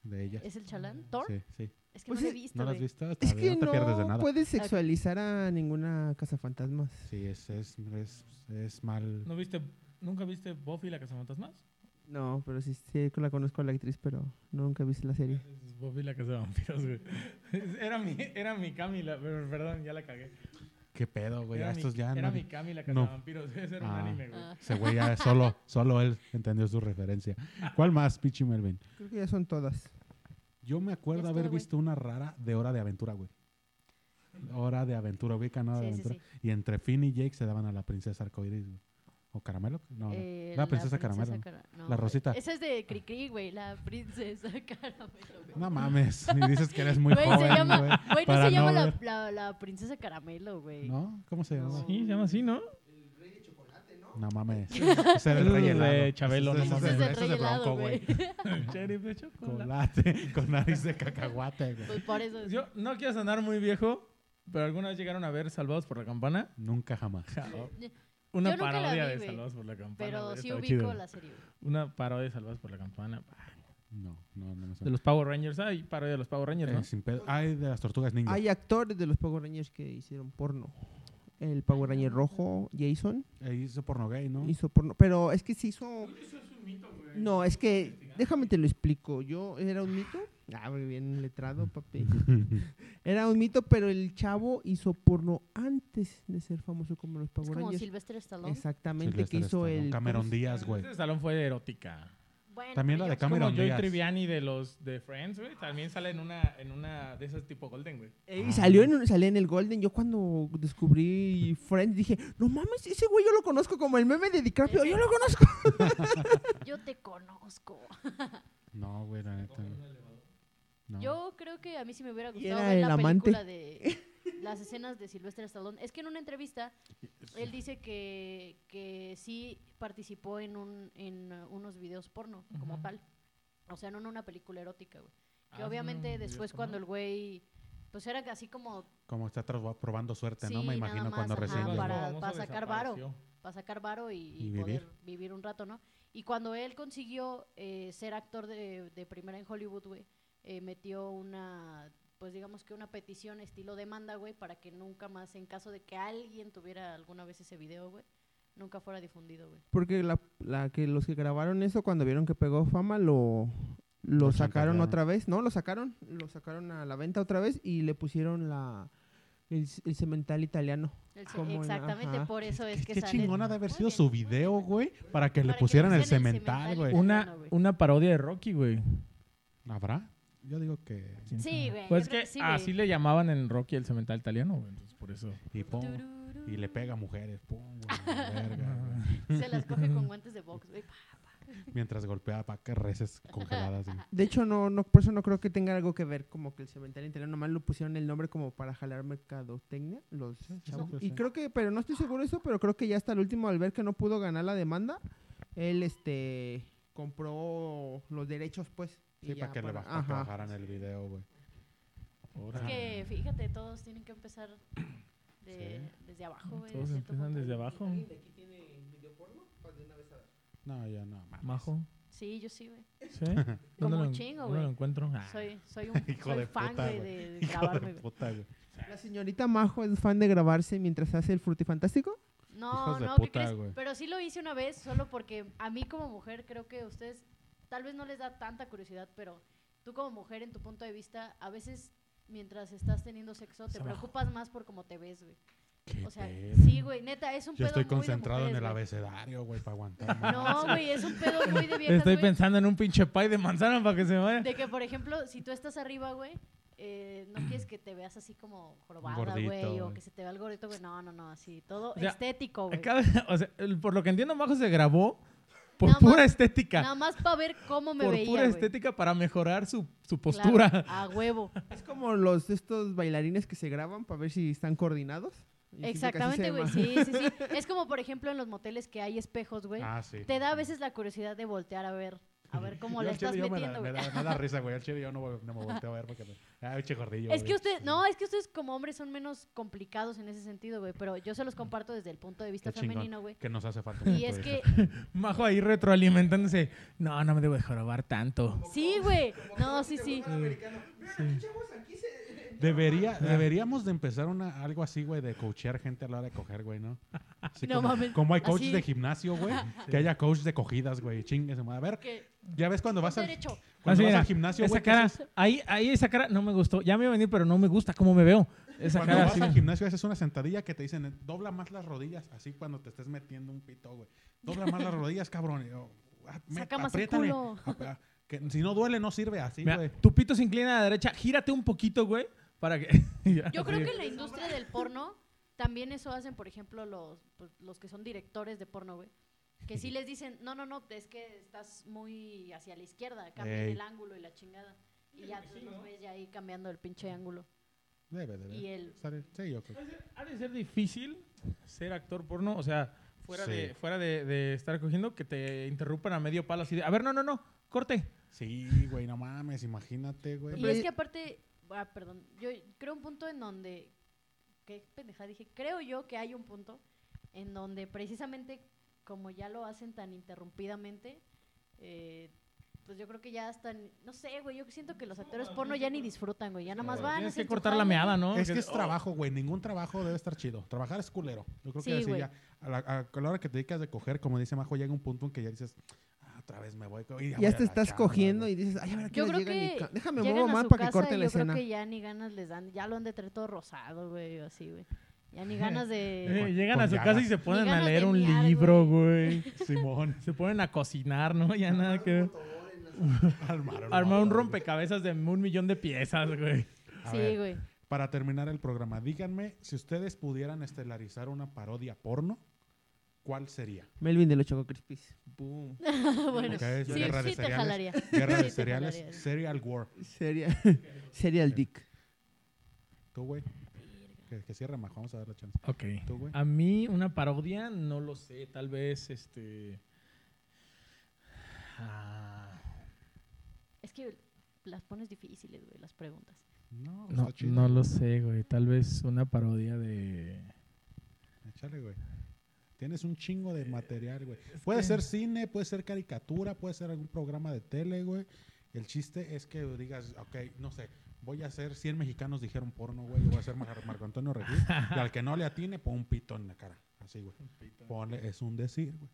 Speaker 2: de ellas.
Speaker 5: ¿Es el chalán? ¿Thor?
Speaker 2: Sí, sí.
Speaker 5: Es
Speaker 4: Pues
Speaker 5: que no la he
Speaker 4: es-
Speaker 5: visto,
Speaker 2: ¿No las has
Speaker 5: güey.
Speaker 2: visto? Está
Speaker 4: Es
Speaker 2: bien,
Speaker 4: que
Speaker 2: no te pierdes de
Speaker 4: no
Speaker 2: nada.
Speaker 4: puedes sexualizar a ninguna cazafantasmas.
Speaker 2: Sí, es, es, es, es mal.
Speaker 3: ¿No viste, ¿Nunca viste Buffy la cazafantasmas?
Speaker 4: No, pero sí, sí la conozco a la actriz, pero nunca he visto la serie.
Speaker 3: Es Buffy la cazavampiros, güey. Era mi, era mi Cami, la- per- perdón, ya la cagué.
Speaker 2: ¿Qué pedo, güey? Ya
Speaker 3: Era, mi,
Speaker 2: Estos ya
Speaker 3: era
Speaker 2: no-
Speaker 3: mi Cami la
Speaker 2: no.
Speaker 3: cazavampiros, ese era un
Speaker 2: Ah.
Speaker 3: anime, güey.
Speaker 5: Ah.
Speaker 2: Ese güey ya solo, solo él entendió su referencia. ¿Cuál más, Pichi Melvin?
Speaker 4: Creo que ya son todas.
Speaker 2: Yo me acuerdo
Speaker 5: Ya es
Speaker 2: haber
Speaker 5: todo, güey.
Speaker 2: visto una rara de Hora de Aventura, güey. Hora de Aventura, ubican Hora de
Speaker 5: Sí, sí,
Speaker 2: Aventura. Y entre Finn y Jake se daban a la princesa arcoiris, güey. ¿O caramelo? No, no.
Speaker 5: Eh,
Speaker 2: la princesa caramelo.
Speaker 5: princesa
Speaker 2: ¿no?
Speaker 5: Cara- no,
Speaker 2: La Rosita.
Speaker 5: Esa es de Cricri, güey. La princesa caramelo, güey.
Speaker 2: No mames, y dices que eres muy
Speaker 5: Güey,
Speaker 2: joven,
Speaker 5: se llama, güey, no
Speaker 2: para
Speaker 5: se
Speaker 2: no
Speaker 5: llama la,
Speaker 2: ver.
Speaker 5: la, la princesa caramelo, güey.
Speaker 2: ¿No? ¿Cómo se llama?
Speaker 5: No.
Speaker 3: Sí, se llama así, ¿no?
Speaker 2: No mames. Ese era el
Speaker 3: Es
Speaker 2: rey
Speaker 3: de
Speaker 2: helado.
Speaker 3: Chabelo,
Speaker 2: Ese-
Speaker 3: no
Speaker 2: ese-
Speaker 5: Ese es
Speaker 2: ese
Speaker 5: el rey
Speaker 2: de
Speaker 5: helado,
Speaker 2: Bronco,
Speaker 5: güey.
Speaker 3: Sheriff de chocolate.
Speaker 2: Chocolate con nariz de cacahuate, güey.
Speaker 5: Pues por eso.
Speaker 3: Yo no quiero sonar muy viejo, pero alguna vez llegaron a ver Salvados por la Campana.
Speaker 2: Nunca jamás.
Speaker 3: Una
Speaker 5: Yo nunca la
Speaker 3: parodia
Speaker 5: vi,
Speaker 3: de
Speaker 5: güey.
Speaker 3: Salvados por la Campana.
Speaker 5: Pero
Speaker 3: güey,
Speaker 5: sí
Speaker 3: estaba
Speaker 5: ubico
Speaker 3: chido.
Speaker 5: la serie, güey.
Speaker 3: Una parodia de Salvados por la Campana.
Speaker 2: No, no, no me
Speaker 3: De
Speaker 2: suena.
Speaker 3: los Power Rangers. Hay parodia de los Power Rangers,
Speaker 2: Eh,
Speaker 3: ¿no?
Speaker 2: sin pedo. Ay, de las tortugas ninja.
Speaker 4: Hay actores de los Power Rangers que hicieron porno. El Power Ranger rojo, Jason,
Speaker 2: Eh, hizo porno gay, ¿no?
Speaker 4: hizo porno. Pero es que se hizo. No, es que. Déjame te lo explico. Yo era un mito. Ah, muy bien letrado, papi. Era un mito, pero el chavo hizo porno antes de ser famoso como los
Speaker 5: Es
Speaker 4: Power
Speaker 5: como
Speaker 4: Rangers.
Speaker 5: Silvestre Stallone.
Speaker 4: Exactamente,
Speaker 2: Sylvester
Speaker 4: que hizo
Speaker 2: Stallone.
Speaker 4: el.
Speaker 2: Cameron Díaz, güey.
Speaker 3: Este salón fue erótica.
Speaker 5: Bueno,
Speaker 2: También la de
Speaker 5: pero yo-
Speaker 3: Es como
Speaker 2: Cameron
Speaker 3: Joey
Speaker 2: Díaz.
Speaker 3: Triviani de los de Friends, güey. También sale en una, en una de esas tipo Golden, güey.
Speaker 4: Ey, Eh, salió, en, salió en el Golden. Yo cuando descubrí Friends dije, no mames, ese güey yo lo conozco como el meme de DiCaprio. Yo lo conozco.
Speaker 5: Yo te conozco.
Speaker 2: No, güey, la neta. no. No.
Speaker 5: Yo creo que a mí sí me hubiera
Speaker 4: era
Speaker 5: gustado ver
Speaker 4: el
Speaker 5: la
Speaker 4: amante.
Speaker 5: película de las escenas de Silvestre Stallone. Es que en una entrevista él dice que, que sí participó en, un, en eh, unos videos porno como
Speaker 3: Ujú.
Speaker 5: tal. O sea, no en una película erótica, güey. Que
Speaker 3: Ah,
Speaker 5: obviamente
Speaker 3: no,
Speaker 5: después
Speaker 3: Dios,
Speaker 5: cuando el
Speaker 3: ¿no?
Speaker 5: güey pues era así como
Speaker 2: Como está tra- probando suerte, ¿no?
Speaker 5: Sí,
Speaker 2: Me
Speaker 5: nada
Speaker 2: imagino
Speaker 5: más,
Speaker 2: cuando
Speaker 5: ajá,
Speaker 2: recién llegó.
Speaker 5: Ah, para-
Speaker 3: famoso
Speaker 5: sacar varo.
Speaker 3: desapareció.
Speaker 5: para sacar varo y, y
Speaker 2: Y vivir.
Speaker 5: poder vivir un rato, ¿no? Y cuando él consiguió eh, ser actor de, de primera en Hollywood, güey, eh, metió una, pues digamos que una petición estilo demanda, güey, para que nunca más, en caso de que alguien tuviera alguna vez ese video, güey, nunca fuera difundido, güey.
Speaker 4: Porque la, la que los que grabaron eso cuando vieron que pegó fama lo, lo
Speaker 2: Lo
Speaker 4: sacaron
Speaker 2: chantajearon.
Speaker 4: otra vez, ¿no? Lo sacaron, lo sacaron a la venta otra vez y le pusieron la el, el cemental italiano.
Speaker 5: El ce-
Speaker 4: Como en-
Speaker 5: exactamente
Speaker 4: ajá.
Speaker 5: por eso es
Speaker 2: Qué
Speaker 5: que sale.
Speaker 2: chingona de haber
Speaker 5: Muy
Speaker 2: sido
Speaker 5: bien,
Speaker 2: su
Speaker 5: muy
Speaker 2: video,
Speaker 5: bien.
Speaker 2: güey, para que le
Speaker 5: Para que
Speaker 2: pusieran el
Speaker 5: pusieran el
Speaker 2: cemental,
Speaker 5: cemental
Speaker 2: güey.
Speaker 3: Una,
Speaker 5: Bueno, güey. Eh,
Speaker 3: una parodia de Rocky, güey.
Speaker 2: ¿Habrá? Yo digo que...
Speaker 5: Sí, güey.
Speaker 3: Pues es
Speaker 5: yo creo
Speaker 3: que,
Speaker 5: que sí, güey.
Speaker 3: así le llamaban en Rocky el cemental italiano, güey. Entonces, por eso.
Speaker 2: Y, pum,
Speaker 5: Tururú.
Speaker 2: y le pega a mujeres. Pum, güey, la verga, güey.
Speaker 5: Se las coge con guantes de box, güey. pa,
Speaker 2: Mientras golpeaba vacas reses congeladas. güey.
Speaker 4: De hecho, no, no, por eso no creo que tenga algo que ver como que el cemental italiano. Nomás lo pusieron el nombre como para jalar mercadotecnia. Los
Speaker 2: sí,
Speaker 4: chavos.
Speaker 2: pues,
Speaker 4: y
Speaker 2: sí.
Speaker 4: creo que, pero no estoy seguro de eso, pero creo que ya hasta el último, al ver que no pudo ganar la demanda, él este compró los derechos, pues. y
Speaker 2: Sí,
Speaker 4: ya
Speaker 2: para que le
Speaker 4: para-
Speaker 2: baj- para que
Speaker 4: ajá.
Speaker 2: bajaran el video, güey.
Speaker 5: Es
Speaker 2: Ah.
Speaker 5: que fíjate, todos tienen que empezar de- desde abajo, güey. de
Speaker 3: Todos
Speaker 5: cierto
Speaker 3: empiezan
Speaker 5: punto de
Speaker 3: desde
Speaker 5: vista.
Speaker 3: abajo.
Speaker 5: Pues,
Speaker 2: No, ya no, mames.
Speaker 3: Majo.
Speaker 5: Sí, yo sí, güey.
Speaker 3: ¿Sí?
Speaker 5: Como
Speaker 3: ¿Dónde
Speaker 5: un
Speaker 3: lo-
Speaker 5: chingo,
Speaker 3: dónde lo
Speaker 5: güey.
Speaker 3: encuentro? Ah,
Speaker 5: Soy, soy un
Speaker 2: Hijo
Speaker 5: soy
Speaker 2: de
Speaker 5: fan,
Speaker 2: puta,
Speaker 5: güey,
Speaker 2: güey.
Speaker 5: de, de
Speaker 2: Hijo
Speaker 5: grabarme,
Speaker 2: de
Speaker 5: güey.
Speaker 2: puta, güey.
Speaker 4: La señorita Majo es fan de grabarse mientras hace el frutifantástico.
Speaker 5: No,
Speaker 2: Hijos de
Speaker 5: no, ¿qué
Speaker 2: puta,
Speaker 5: crees?
Speaker 2: güey.
Speaker 5: Pero sí lo hice una vez, solo porque a mí como mujer creo que ustedes tal vez no les da tanta curiosidad, pero tú como mujer, en tu punto de vista, a veces mientras estás teniendo sexo te
Speaker 3: Hacia abajo.
Speaker 5: preocupas más por cómo te ves, güey.
Speaker 2: Qué
Speaker 5: O sea,
Speaker 2: pedo.
Speaker 5: sí, güey, neta, es un
Speaker 2: Yo
Speaker 5: pedo
Speaker 2: estoy
Speaker 5: muy de
Speaker 2: concentrado en el
Speaker 5: mujeres,
Speaker 2: abecedario, güey, para aguantar.
Speaker 5: güey.
Speaker 2: más.
Speaker 5: No, güey, es un pedo muy de viejas,
Speaker 3: Estoy
Speaker 5: güey.
Speaker 3: pensando en un pinche pie de manzana para que se me vaya.
Speaker 5: De que, por ejemplo, si tú estás arriba, güey, eh, no quieres que te veas así como jorobada,
Speaker 2: Gordito,
Speaker 5: güey, o
Speaker 2: güey.
Speaker 5: que se te vea el gordito, güey. No, no, no, así, todo
Speaker 3: O sea,
Speaker 5: estético, güey.
Speaker 3: Acaba- o sea, el- por lo que entiendo, Majo se grabó por
Speaker 5: Nada más-
Speaker 3: pura estética.
Speaker 5: Nada más para ver cómo me
Speaker 3: por
Speaker 5: veía,
Speaker 3: pura
Speaker 5: güey.
Speaker 3: estética para mejorar su, su
Speaker 5: Claro,
Speaker 3: postura.
Speaker 5: a huevo.
Speaker 4: Es como los estos bailarines que se graban para ver si están coordinados. Y siento que así se
Speaker 5: Exactamente, güey.
Speaker 4: llama.
Speaker 5: Sí, sí, sí. Es como, por ejemplo, en los moteles que hay espejos, güey.
Speaker 2: Ah, sí.
Speaker 5: Te da a veces la curiosidad de voltear a ver, a ver cómo
Speaker 2: Yo
Speaker 5: le
Speaker 2: al chile
Speaker 5: estás
Speaker 2: yo me da-
Speaker 5: metiendo, güey.
Speaker 2: Me, da, me da risa, güey. Al chile yo no, voy- no me volteo a ver porque me... Ah, pinche gordillo,
Speaker 5: Es
Speaker 2: güey.
Speaker 5: que ustedes, no, es que ustedes como hombres son menos complicados en ese sentido, güey. Pero yo se los comparto desde el punto de vista
Speaker 2: Qué chingón.
Speaker 5: femenino, güey.
Speaker 2: Que nos hace falta. un
Speaker 5: Y es
Speaker 3: Pues,
Speaker 2: punto de
Speaker 5: que,
Speaker 3: Majo ahí retroalimentándose. No, no me debo de jorobar tanto.
Speaker 5: sí, güey. No, sí, sí.
Speaker 2: Eh, vista. Debería, deberíamos de empezar una, algo así, güey, de coachear gente a la hora de coger, güey, ¿no? Así
Speaker 5: No
Speaker 2: como,
Speaker 5: mames,
Speaker 2: como hay coaches
Speaker 5: así.
Speaker 2: de gimnasio, güey, que haya coach de cogidas, güey. Chingue su madre. A ver,
Speaker 5: Que,
Speaker 2: ya ves cuando vas
Speaker 5: con
Speaker 2: al,
Speaker 5: derecho.
Speaker 2: cuando
Speaker 3: Así,
Speaker 2: vas
Speaker 3: mira,
Speaker 2: al gimnasio,
Speaker 3: esa
Speaker 2: güey. que
Speaker 3: cara,
Speaker 2: haces-
Speaker 3: ahí, ahí esa cara no me gustó. Ya me iba a venir, pero no me gusta cómo me veo. Esa
Speaker 2: Cuando
Speaker 3: cara
Speaker 2: vas
Speaker 3: así.
Speaker 2: al gimnasio haces una sentadilla que te dicen, eh, dobla más las rodillas, así cuando te estés metiendo un pito, güey. Dobla más las rodillas, cabrón. Y yo, ah, me-
Speaker 5: Saca más el
Speaker 2: apriétale.
Speaker 5: culo.
Speaker 2: Ap- que si no duele, no sirve así,
Speaker 3: Mira,
Speaker 2: güey.
Speaker 3: tu pito se inclina a la derecha. Gírate un poquito, güey, para que...
Speaker 5: Yo creo que en la industria del porno también eso hacen, por ejemplo, los, pues, los que son directores de porno, güey. Que sí les dicen, no, no, no, es que estás muy hacia la izquierda, cambien
Speaker 2: Ey.
Speaker 5: el ángulo y la chingada. Y ya tú los ves ya ahí cambiando el pinche ángulo.
Speaker 2: Debe, debe.
Speaker 5: Y el-
Speaker 2: Sale- Sí, yo
Speaker 4: pues.
Speaker 2: creo.
Speaker 3: Ha de ser difícil ser actor porno, o sea, fuera,
Speaker 1: Sí.
Speaker 3: de, fuera de, de estar cogiendo que te interrumpan a medio palo así de, a ver, no, no, no, corte.
Speaker 2: Sí, güey, no mames, imagínate, güey.
Speaker 5: Y es
Speaker 4: Pero-
Speaker 5: que aparte, ah, perdón, yo creo un punto en donde, qué pendeja dije, creo yo que hay un punto en donde precisamente como ya lo hacen tan interrumpidamente, eh, pues yo creo que ya están, no sé, güey, yo siento que los actores porno ya ni disfrutan, güey, ya nada más van.
Speaker 3: Tienes
Speaker 5: hacen
Speaker 3: que "Oh,
Speaker 5: su
Speaker 3: cortar la
Speaker 5: jale.
Speaker 3: meada, ¿no?
Speaker 2: Es que
Speaker 3: Porque-
Speaker 2: es trabajo, güey. Ningún trabajo debe estar chido. Trabajar es culero. Yo creo
Speaker 5: Sí,
Speaker 2: que así
Speaker 5: güey.
Speaker 2: ya. A la, a la hora que te dedicas de coger, como dice Majo, llega un punto en que ya dices, "Ah, otra vez me voy. Y voy a
Speaker 4: Ya te
Speaker 2: la
Speaker 4: estás
Speaker 2: chamba,
Speaker 4: cogiendo
Speaker 2: güey".
Speaker 4: y dices, ay, a ver, ¿a qué
Speaker 5: Yo
Speaker 4: hora
Speaker 5: creo
Speaker 4: llegan y
Speaker 5: que
Speaker 4: ca- Déjame
Speaker 5: llegan
Speaker 4: muevo
Speaker 5: a
Speaker 4: más
Speaker 5: su
Speaker 4: para que
Speaker 5: casa
Speaker 4: corten
Speaker 5: y
Speaker 4: la
Speaker 5: yo
Speaker 4: escena.
Speaker 5: creo que ya ni ganas les dan, ya lo han de tener todo rosado, güey, o así, güey. Ya ni ganas
Speaker 3: Eh,
Speaker 5: de...
Speaker 2: Con-
Speaker 3: llegan
Speaker 2: con
Speaker 3: a su
Speaker 2: llagas.
Speaker 3: casa y se ponen a
Speaker 5: ganas de
Speaker 3: leer un
Speaker 5: miar,
Speaker 3: libro, güey.
Speaker 2: Simón,
Speaker 3: Se ponen a cocinar, ¿no? Ya nada que ver.
Speaker 2: armar un,
Speaker 3: Armar un
Speaker 2: montón,
Speaker 3: rompecabezas de un millón de piezas, güey.
Speaker 2: güey. A
Speaker 5: sí,
Speaker 2: ver,
Speaker 5: güey.
Speaker 2: Para terminar el programa, díganme si ustedes pudieran estelarizar una parodia porno, ¿cuál sería?
Speaker 4: Melvin de los Choco Crispies.
Speaker 5: bueno,
Speaker 2: Ok, es
Speaker 5: sí,
Speaker 2: guerra de
Speaker 5: sí te
Speaker 2: cereales.
Speaker 5: jalaría.
Speaker 2: Guerra
Speaker 5: Sí
Speaker 2: de
Speaker 5: te
Speaker 2: cereales,
Speaker 5: jalaría.
Speaker 2: Serial War.
Speaker 4: Sería, sería el Dick.
Speaker 2: Tú, güey. Que, que cierre, Majo. Vamos a dar la chance.
Speaker 3: Ok. Ah,
Speaker 2: Tú, güey.
Speaker 3: A mí una parodia, no lo sé, tal vez este... ah,
Speaker 5: Es que las pones difíciles, güey, las preguntas.
Speaker 2: No,
Speaker 3: no,
Speaker 2: está chido.
Speaker 3: no lo sé, güey. Tal vez una parodia de...
Speaker 2: Échale, güey. Tienes un chingo de
Speaker 3: Eh,
Speaker 2: material, güey. Puede ser cine, puede ser caricatura, puede ser algún programa de tele, güey. El chiste es que digas, ok, no sé, voy a hacer 100 mexicanos dijeron porno, güey. Yo voy a hacer Mar- Marco Antonio Regil. Y al que no le atine, pon un pito en la cara. Así, güey. Ponle, es un decir, güey.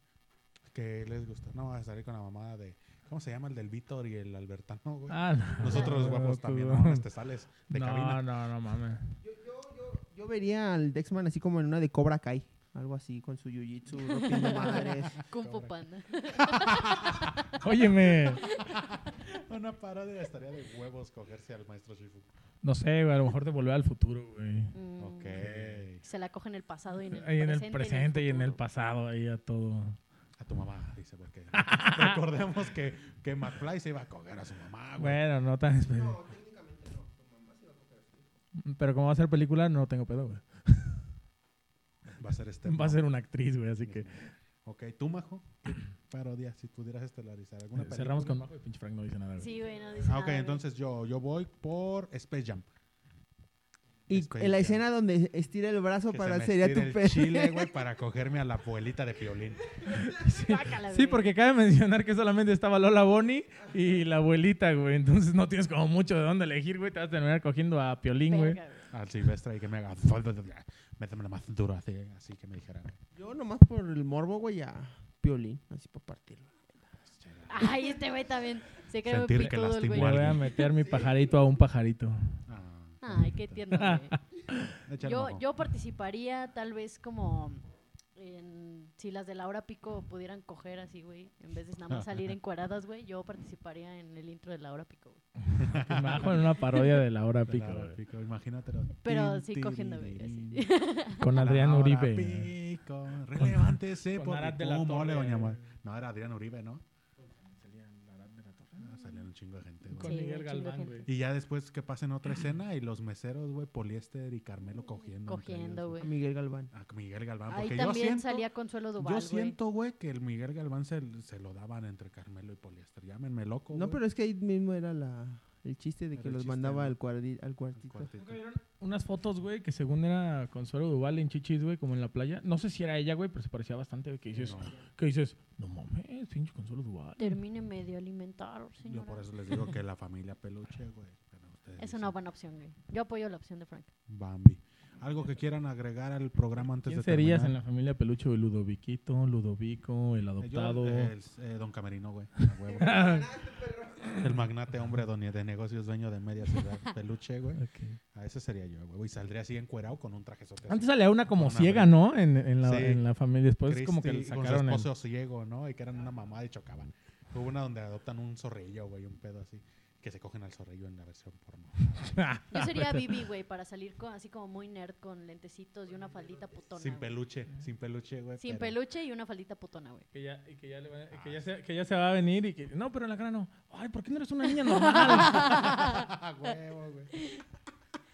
Speaker 2: Que les gusta. No vas a salir con la mamada de, ¿cómo se llama? El del Víctor y el Albertano, güey.
Speaker 3: Ah, no.
Speaker 2: Nosotros los
Speaker 3: No, Este,
Speaker 2: guapos
Speaker 3: tú-
Speaker 2: también, no mames, te sales de
Speaker 3: no,
Speaker 2: cabina.
Speaker 3: no, no mames.
Speaker 4: Yo vería al Dexman así como en una de Cobra Kai. Algo así, con su jiu-jitsu, rompiendo madres.
Speaker 2: Ah,
Speaker 5: Kung Fu Panda.
Speaker 3: Óyeme.
Speaker 2: Una parodia estaría de huevos cogerse al maestro Shifu.
Speaker 3: No sé, güey, a lo mejor de volver al futuro, güey.
Speaker 5: Mm,
Speaker 2: Ok.
Speaker 5: Se la coge en el pasado y en el
Speaker 3: Ahí en
Speaker 5: presente.
Speaker 3: el presente y en el
Speaker 5: futuro.
Speaker 3: pasado, ahí a todo.
Speaker 2: A tu mamá, dice, porque recordemos que, que McFly se iba a coger a su mamá, güey.
Speaker 3: Ah, Bueno, no tan espe- Pero como va a ser película, no tengo pedo, güey.
Speaker 2: Va a ser este.
Speaker 3: Va a ser una actriz, güey, así que
Speaker 2: Ok, tú, Majo, ¿qué parodia, si pudieras estelarizar alguna película.
Speaker 3: Eh, cerramos con Majo y pinche Frank no dice nada. güey.
Speaker 5: Sí, güey, no dice
Speaker 2: Ah, ok,
Speaker 5: nada, güey.
Speaker 2: entonces yo, yo voy por Space Jam.
Speaker 4: Y
Speaker 2: Space
Speaker 4: en la
Speaker 2: Jam.
Speaker 4: escena donde estira el brazo
Speaker 2: Que se
Speaker 4: para
Speaker 2: me
Speaker 4: sería
Speaker 2: estire
Speaker 4: tu
Speaker 2: el
Speaker 4: perro.
Speaker 2: chile, güey, para cogerme a la abuelita de Piolín.
Speaker 5: Guácala,
Speaker 3: Sí,
Speaker 5: güey.
Speaker 3: porque cabe mencionar que solamente estaba Lola Bonnie y la abuelita, güey. Entonces no tienes como mucho de dónde elegir, güey. Te vas a terminar cogiendo a Piolín, güey.
Speaker 5: Verga, güey.
Speaker 2: Al silvestre y que me haga... Méteme la más dura, así, así que me dijera. güey.
Speaker 4: Yo nomás por el morbo, güey, a Piolín. Así para partirlo.
Speaker 5: Ay, este güey también. Se cree muy
Speaker 2: Sentir que
Speaker 5: pitudo el
Speaker 2: lastimó
Speaker 3: Le
Speaker 5: güey.
Speaker 2: a
Speaker 3: voy a
Speaker 2: alguien.
Speaker 3: meter mi pajarito a un pajarito.
Speaker 2: Ah,
Speaker 5: Ay, qué tierno, güey.
Speaker 2: Échale,
Speaker 5: Yo,
Speaker 2: Majo.
Speaker 5: yo participaría tal vez como en- si las de la hora pico pudieran coger así, güey, en vez de nada más salir encueradas, güey, yo participaría en el intro de la hora pico, güey.
Speaker 3: Majo en una parodia de La Hora
Speaker 2: De
Speaker 3: Pico,
Speaker 2: la hora
Speaker 3: güey.
Speaker 2: pico, imagínatelo.
Speaker 5: Pero
Speaker 2: Tin,
Speaker 5: sí cogiendo, güey,
Speaker 2: tirirín.
Speaker 5: así.
Speaker 3: Con Adrián
Speaker 2: Ahora
Speaker 3: Uribe.
Speaker 2: Pico, relevántese
Speaker 3: con
Speaker 2: por
Speaker 3: Arad de la
Speaker 2: cómo
Speaker 3: Torre.
Speaker 2: le doña Ma- No, era Adrián Uribe, ¿no? Ah, Salían un chingo de gente, güey.
Speaker 3: Con
Speaker 5: Sí,
Speaker 3: Miguel
Speaker 5: un chingo de
Speaker 3: Galván,
Speaker 5: gente.
Speaker 3: güey.
Speaker 2: Y ya después que pasen otra escena y los meseros, güey, Poliéster y Carmelo cogiendo. entre
Speaker 5: Cogiendo,
Speaker 2: ellos.
Speaker 5: güey.
Speaker 4: Miguel Galván.
Speaker 2: Ah, con Miguel Galván.
Speaker 5: Ahí
Speaker 2: Porque yo
Speaker 5: también
Speaker 2: siento,
Speaker 5: salía Consuelo
Speaker 2: yo
Speaker 5: Duval, güey.
Speaker 2: siento, güey, que el Miguel Galván se, se lo daban entre Carmelo y Poliéster. Llámenme loco,
Speaker 4: No,
Speaker 2: güey.
Speaker 4: pero es que ahí mismo era la, el chiste de
Speaker 2: Era
Speaker 4: que
Speaker 2: el
Speaker 4: los
Speaker 2: chiste,
Speaker 4: mandaba
Speaker 2: ¿no?
Speaker 4: al, cuardi- al cuartito.
Speaker 2: Cuartito.
Speaker 3: ¿Nunca vieron unas fotos, güey, que según era Consuelo Duval en Chichis, güey, como en la playa? No sé si era ella, güey, pero se parecía bastante, güey, que dices,
Speaker 2: No,
Speaker 3: que dices, no mames, pinche Consuelo Duval.
Speaker 5: Termíneme de alimentar,
Speaker 2: yo
Speaker 5: señora.
Speaker 2: por eso les digo que la familia peluche, güey. pero ustedes
Speaker 5: Es una
Speaker 2: dicen
Speaker 5: buena opción, güey. Yo apoyo la opción de Frank.
Speaker 2: Bambi. Algo que quieran agregar al programa antes
Speaker 3: ¿Quién
Speaker 2: de
Speaker 3: serías en
Speaker 2: terminar.
Speaker 3: la familia Pelucho? El Ludoviquito, Ludovico, el
Speaker 2: Eh, yo,
Speaker 3: adoptado.
Speaker 2: eh, el- eh, don Camerino, güey. a huevo. el magnate, hombre don- de negocios, dueño de media ciudad, peluche, güey.
Speaker 3: Ok.
Speaker 2: A ese sería yo, güey. Y saldría así encuerado con un trajezote. así.
Speaker 3: Antes salía una como
Speaker 2: Con una
Speaker 3: ciega,
Speaker 2: red.
Speaker 3: ¿no? En, en la,
Speaker 2: Sí.
Speaker 3: en la familia. Después como que
Speaker 2: Christie
Speaker 3: le
Speaker 2: con su
Speaker 3: sacaron el-
Speaker 2: esposo ciego, ¿no? Y que eran una mamada y chocaban. Hubo una donde adoptan un zorrillo, güey, un pedo así. que se cogen al zorrillo en la versión porno.
Speaker 5: Yo
Speaker 2: Ah,
Speaker 5: sería Bibi, güey, para salir con, así como muy nerd con lentecitos y una faldita putona.
Speaker 2: Sin
Speaker 5: güey.
Speaker 2: peluche, sin peluche, güey.
Speaker 5: Sin
Speaker 2: pero-
Speaker 5: peluche y una faldita putona, güey.
Speaker 3: Que ya, y que ya, le va- que ya se, que ya se va a venir y que... No, pero en la cara no. Ay, ¿por qué no eres una niña normal?
Speaker 2: Ah, huevo, güey.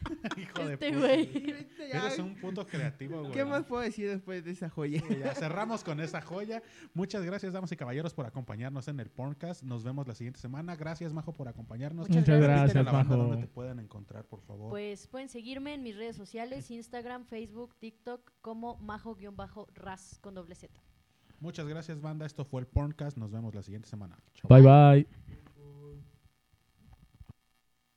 Speaker 2: Hijo de
Speaker 5: Este
Speaker 2: puta.
Speaker 5: güey.
Speaker 4: Ahorita ya,
Speaker 2: Eres un puto creativo, güey.
Speaker 4: ¿Qué más puedo decir después de esa joya?
Speaker 2: Ya cerramos con esa joya. Muchas gracias, damas y caballeros, por acompañarnos en el Porncast. Nos vemos la siguiente semana. Gracias, Majo, por acompañarnos.
Speaker 5: Muchas
Speaker 2: Repítele
Speaker 3: gracias.
Speaker 2: a la banda
Speaker 3: Majo.
Speaker 2: dónde te pueden encontrar, por favor.
Speaker 5: Pues pueden seguirme en mis redes sociales, Instagram, Facebook, TikTok, como majo-ras con doble Z.
Speaker 2: Muchas gracias, banda. Esto fue el Porncast. Nos vemos la siguiente semana. Chao.
Speaker 3: bye, bye.